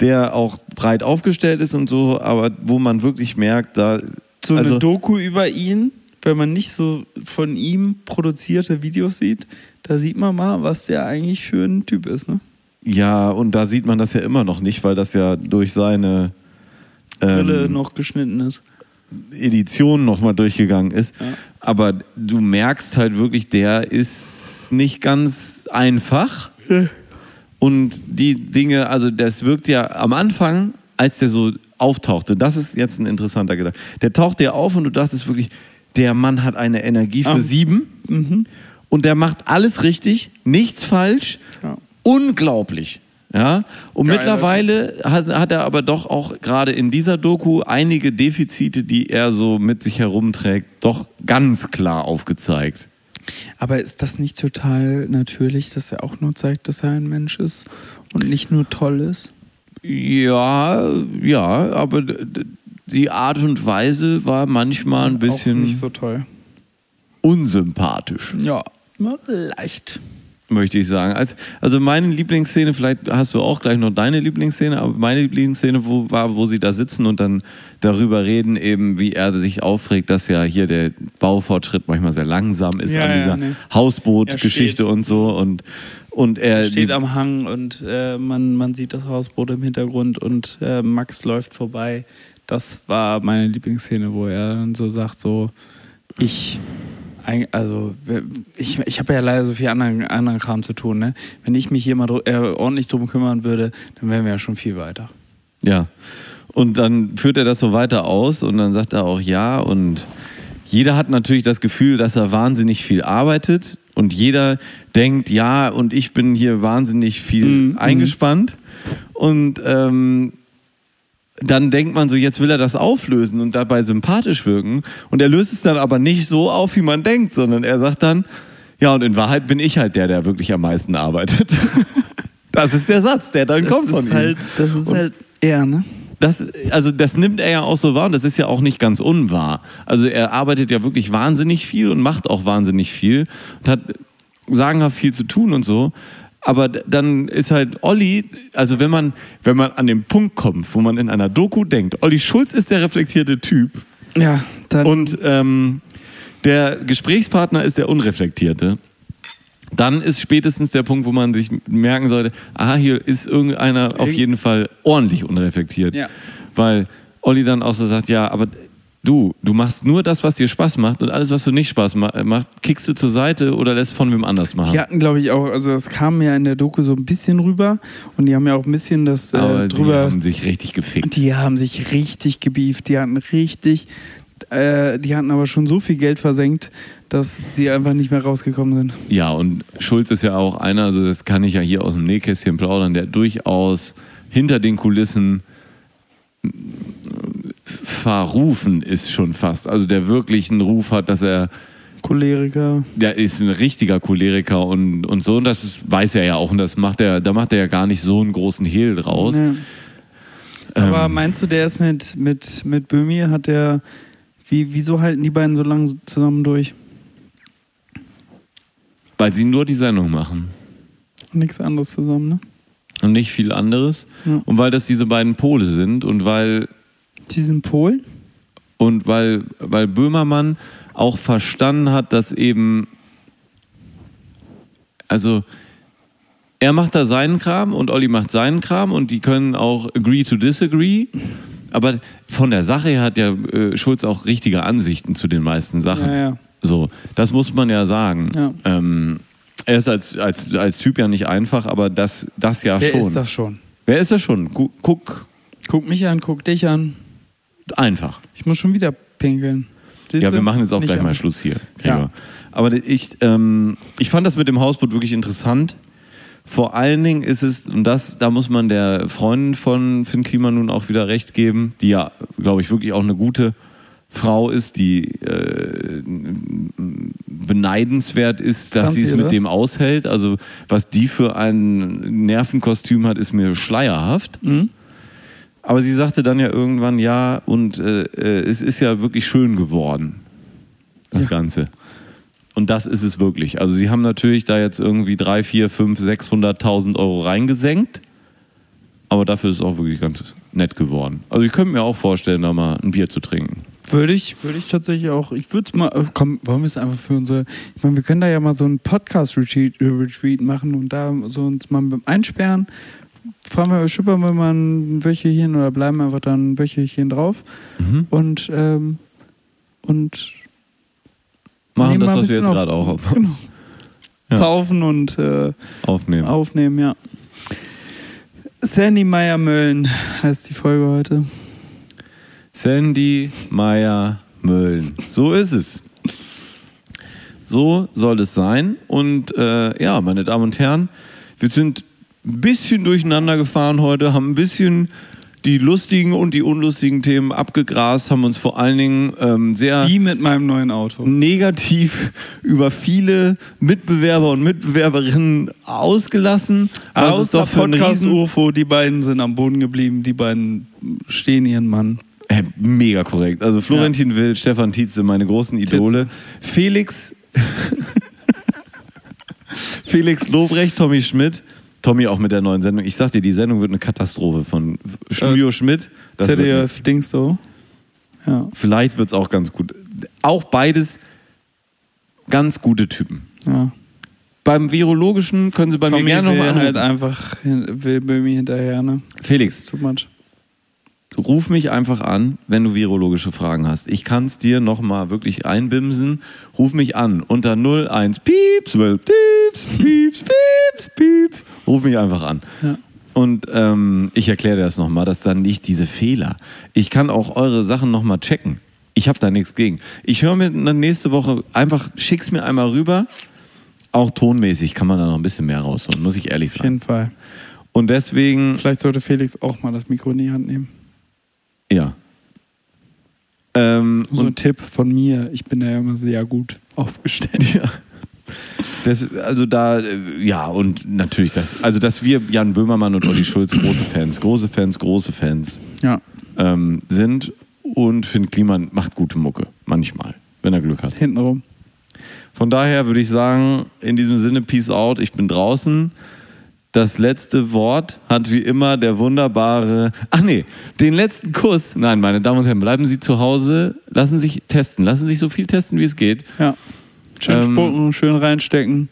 der auch breit aufgestellt ist und so, aber wo man wirklich merkt, da.
So
also,
eine Doku über ihn, wenn man nicht so von ihm produzierte Videos sieht, da sieht man mal, was der eigentlich für ein Typ ist, ne?
ja, und da sieht man das ja immer noch nicht, weil das ja durch seine
Brille
ähm,
noch geschnitten ist.
Edition nochmal durchgegangen ist. Aber du merkst halt wirklich, der ist nicht ganz einfach. Und die Dinge, also das wirkt ja am Anfang, als der so auftauchte, das ist jetzt ein interessanter Gedanke. Der tauchte ja auf und du dachtest wirklich, der Mann hat eine Energie für sieben und der macht alles richtig, nichts falsch.
Ja.
Unglaublich. Ja, und
Geil,
mittlerweile hat, hat er aber doch auch gerade in dieser Doku einige Defizite, die er so mit sich herumträgt, doch ganz klar aufgezeigt.
Aber ist das nicht total natürlich, dass er auch nur zeigt, dass er ein Mensch ist und nicht nur toll ist?
Ja, ja, aber d- d- die Art und Weise war manchmal ein
Auch
bisschen
nicht so toll.
unsympathisch,
Ja, na, leicht.
möchte ich sagen. Als, also meine Lieblingsszene, vielleicht hast du auch gleich noch deine Lieblingsszene, aber meine Lieblingsszene wo, war, wo sie da sitzen und dann darüber reden, eben wie er sich aufregt, dass ja hier der Baufortschritt manchmal sehr langsam ist
Ja,
an
ja,
dieser
nee.
Er steht.
Hausbootgeschichte und so und und
Äh,
er
Steht
die-
am Hang und äh, man, man sieht das Hausboot im Hintergrund und äh, Max läuft vorbei. Das war meine Lieblingsszene, wo er dann so sagt, so, ich, eig- also, ich, ich habe ja leider so viel anderen, anderen Kram zu tun, ne? Wenn ich mich hier mal dr- äh, ordentlich drum kümmern würde, dann wären wir ja schon viel weiter.
Ja. Und dann führt er das so weiter aus und dann sagt er auch ja und jeder hat natürlich das Gefühl, dass er wahnsinnig viel arbeitet und jeder denkt ja und ich bin hier wahnsinnig viel
Mhm,
eingespannt und ähm, dann denkt man so, jetzt will er das auflösen und dabei sympathisch wirken. Und er löst es dann aber nicht so auf, wie man denkt, sondern er sagt dann, ja, und in Wahrheit bin ich halt der, der wirklich am meisten arbeitet. Das ist der Satz, der dann kommt von ihm.
das ist halt er, ne?
Das, also das nimmt er ja auch so wahr und das ist ja auch nicht ganz unwahr. Also er arbeitet ja wirklich wahnsinnig viel und macht auch wahnsinnig viel und hat sagenhaft viel zu tun und so. Aber d- dann ist halt Olli, also wenn man, wenn man an den Punkt kommt, wo man in einer Doku denkt, Olli Schulz ist der reflektierte Typ
Ja, dann
und ähm, der Gesprächspartner ist der unreflektierte, dann ist spätestens der Punkt, wo man sich merken sollte, aha, hier ist irgendeiner auf jeden Fall ordentlich unreflektiert.
Ja.
Weil Olli dann auch so sagt, ja, aber du, du machst nur das, was dir Spaß macht und alles, was du nicht Spaß ma macht, kickst du zur Seite oder lässt von wem anders machen.
Die hatten, glaube ich, auch, also das kam ja in der Doku so ein bisschen rüber und die haben ja auch ein bisschen das
aber
äh, drüber.
die haben sich richtig gefickt.
Die haben sich richtig gebieft. Die hatten richtig. Äh, die hatten aber schon so viel Geld versenkt, dass sie einfach nicht mehr rausgekommen sind.
Ja, und Schulz ist ja auch einer, also das kann ich ja hier aus dem Nähkästchen plaudern, der durchaus hinter den Kulissen äh, verrufen ist schon fast. Also der wirklich einen Ruf hat, dass er,
Choleriker.
der ist ein richtiger Choleriker und, und so. Und das ist, weiß er ja auch und das macht er, da macht er ja gar nicht so einen großen Hehl draus.
Ja. Aber meinst du, der ist mit, mit, mit Böhmi, hat der. Wie, wieso halten die beiden so lange zusammen durch?
Weil sie nur die Sendung machen
Nichts anderes zusammen, ne?
und nicht viel anderes.
Ja.
Und weil das diese beiden Pole sind und weil
Die sind Polen?
Und weil, weil Böhmermann auch verstanden hat, dass eben, also er macht da seinen Kram und Olli macht seinen Kram und die können auch agree to disagree. Aber von der Sache her hat ja äh, Schulz auch richtige Ansichten zu den meisten Sachen.
Ja, ja.
So, das muss man ja sagen.
Ja.
Ähm, er ist als, als, als Typ ja nicht einfach, aber das, das ja
Wer
schon.
ist das schon?
Wer ist das schon? Gu guck
Guck mich an, guck dich an.
einfach.
Ich muss schon wieder pinkeln. Siehst
ja, wir
du?
machen jetzt auch
Nicht
gleich mal
am-
Schluss hier.
Ja.
Ja. Aber ich, ähm, ich fand das mit dem Hausboot wirklich interessant. Vor allen Dingen ist es, und das, da muss man der Freundin von Finn Klima nun auch wieder recht geben, die ja, glaube ich, wirklich auch eine gute Frau ist, die äh, beneidenswert ist, dass
Fand
sie es
sie
mit
das?
dem aushält. Also, was die für ein Nervenkostüm hat, ist mir schleierhaft.
Mhm.
Aber sie sagte dann ja irgendwann, ja, und äh, äh, es ist ja wirklich schön geworden, das Ganze. Und das ist es wirklich. Also sie haben natürlich da jetzt irgendwie 3, 4, 5, 600.000 Euro reingesenkt. Aber dafür ist es auch wirklich ganz nett geworden. Also ich könnte mir auch vorstellen, da mal ein Bier zu trinken.
Würde ich, würde ich tatsächlich auch. Ich würde es mal. äh, Komm, wollen wir es einfach für unsere. Ich meine, wir können da ja mal so einen Podcast-Retreat äh, Retreat machen und da so uns mal mit einsperren. Fahren wir, schippern wir mal ein Wöchelchen oder bleiben einfach dann ein Wöchelchen drauf. Und, ähm, und
Machen
nehmen
das,
mal ein
was wir jetzt
bisschen
gerade auch
auf-
auf,
Genau.
Ja.
Zaufen und äh,
aufnehmen.
aufnehmen, ja. Sandy Meyer-Mölln heißt die Folge heute.
Sandy Meyer Mölln. So ist es. So soll es sein. Und äh, ja, meine Damen und Herren, wir sind ein bisschen durcheinander gefahren heute, haben ein bisschen die lustigen und die unlustigen Themen abgegrast, haben uns vor allen Dingen ähm, sehr
Wie mit meinem neuen Auto.
negativ über viele Mitbewerber und Mitbewerberinnen ausgelassen. Aber es ist doch für einen Riesen
Podcast-UFO, die beiden sind am Boden geblieben, die beiden stehen ihren Mann.
Äh, Mega korrekt. Also Florentin Will, Stefan Tietze, meine großen Idole. Felix. Felix Lobrecht, Tommy Schmidt. Tommy auch mit der neuen Sendung. Ich sag dir, die Sendung wird eine Katastrophe von Studio Schmidt. Das wird nix.
Äh, ZDF Dings so. Ja,
Vielleicht wird es auch ganz gut. Auch beides ganz gute Typen.
ja.
Beim Virologischen können Sie bei mir gerne
will
nochmal anrufen.
halt einfach hin, will Böhmi hinterher, ne?
Felix,
Too much.
ruf mich einfach an, wenn du virologische Fragen hast. Ich kann es dir nochmal wirklich einbimsen. Ruf mich an unter 01 Pieps, will, Pieps, Pieps, Pieps, Pieps. Ruf mich einfach an.
Ja.
Und ähm, ich erkläre dir das nochmal, dass dann nicht diese Fehler. Ich kann auch eure Sachen nochmal checken. Ich habe da nichts gegen. Ich höre mir dann nächste Woche einfach, schick's mir einmal rüber. Auch tonmäßig kann man da noch ein bisschen mehr rausholen, muss ich ehrlich
Auf
sein.
jeden Fall.
Und deswegen
Vielleicht sollte Felix auch mal das Mikro in die Hand nehmen.
Ja. Ähm,
So ein Tipp von mir. Ich bin da ja immer sehr gut aufgestellt.
ja. Das, also da, äh, ja, und natürlich das, also dass wir Jan Böhmermann und Olli Schulz große Fans, große Fans, große Fans
Ja.
ähm, sind und Finn Kliman macht gute Mucke, manchmal, wenn er Glück hat.
Hintenrum.
Von daher würde ich sagen, in diesem Sinne, Peace out, ich bin draußen. Das letzte Wort hat wie immer der wunderbare. Ach nee, den letzten Kuss. Nein, meine Damen und Herren, bleiben Sie zu Hause, lassen sich testen, lassen sich so viel testen, wie es geht.
Ja. Schön
Ähm,
spucken, schön reinstecken.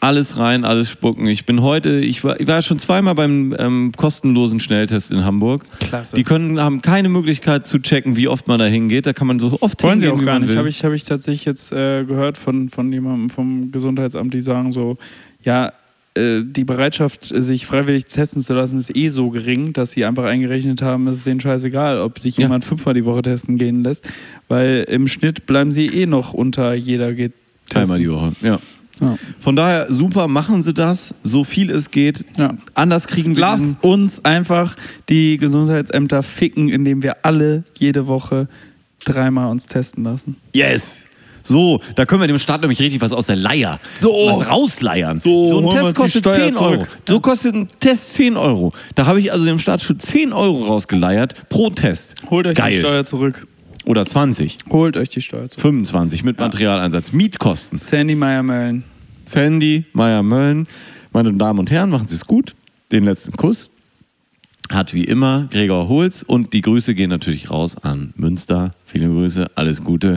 Alles rein, alles spucken. Ich bin heute, ich war, ich war schon zweimal beim ähm, kostenlosen Schnelltest in Hamburg.
Klasse.
Die können, haben keine Möglichkeit zu checken, wie oft man da hingeht. Da kann man so oft
Wollen sie
hingehen,
auch
wie
gar
man
nicht.
will.
Habe ich, hab ich tatsächlich jetzt äh, gehört von, von jemandem vom Gesundheitsamt, die sagen so, ja, äh, die Bereitschaft, sich freiwillig testen zu lassen, ist eh so gering, dass sie einfach eingerechnet haben, es ist denen scheißegal, ob sich
Ja.
jemand fünfmal die Woche testen gehen lässt, weil im Schnitt bleiben sie eh noch unter jeder geht testen.
Einmal die Woche. Ja.
Ja.
Von daher, super, machen Sie das, so viel es geht.
Ja.
Anders kriegen wir
Lass
diesen-
uns einfach die Gesundheitsämter ficken, indem wir alle jede Woche dreimal uns testen lassen.
Yes! So, da können wir dem Staat nämlich richtig was aus der Leier, so, was rausleiern.
So, holen
ein
wir
Test
uns die
kostet
Steuer
10 Euro.
zurück.
So kostet ein Test 10 Euro. Da habe ich also dem Staat schon 10 Euro rausgeleiert pro Test.
Holt euch die
Geil.
Steuer zurück.
Oder 20,
Holt euch die Steuer zurück.
25 mit Materialeinsatz, Mietkosten.
Sandy Meyer-Mölln.
Sandy, Meier Mölln, meine Damen und Herren, machen Sie es gut. Den letzten Kuss hat wie immer Gregor Holz und die Grüße gehen natürlich raus an Münster. Viele Grüße, alles Gute.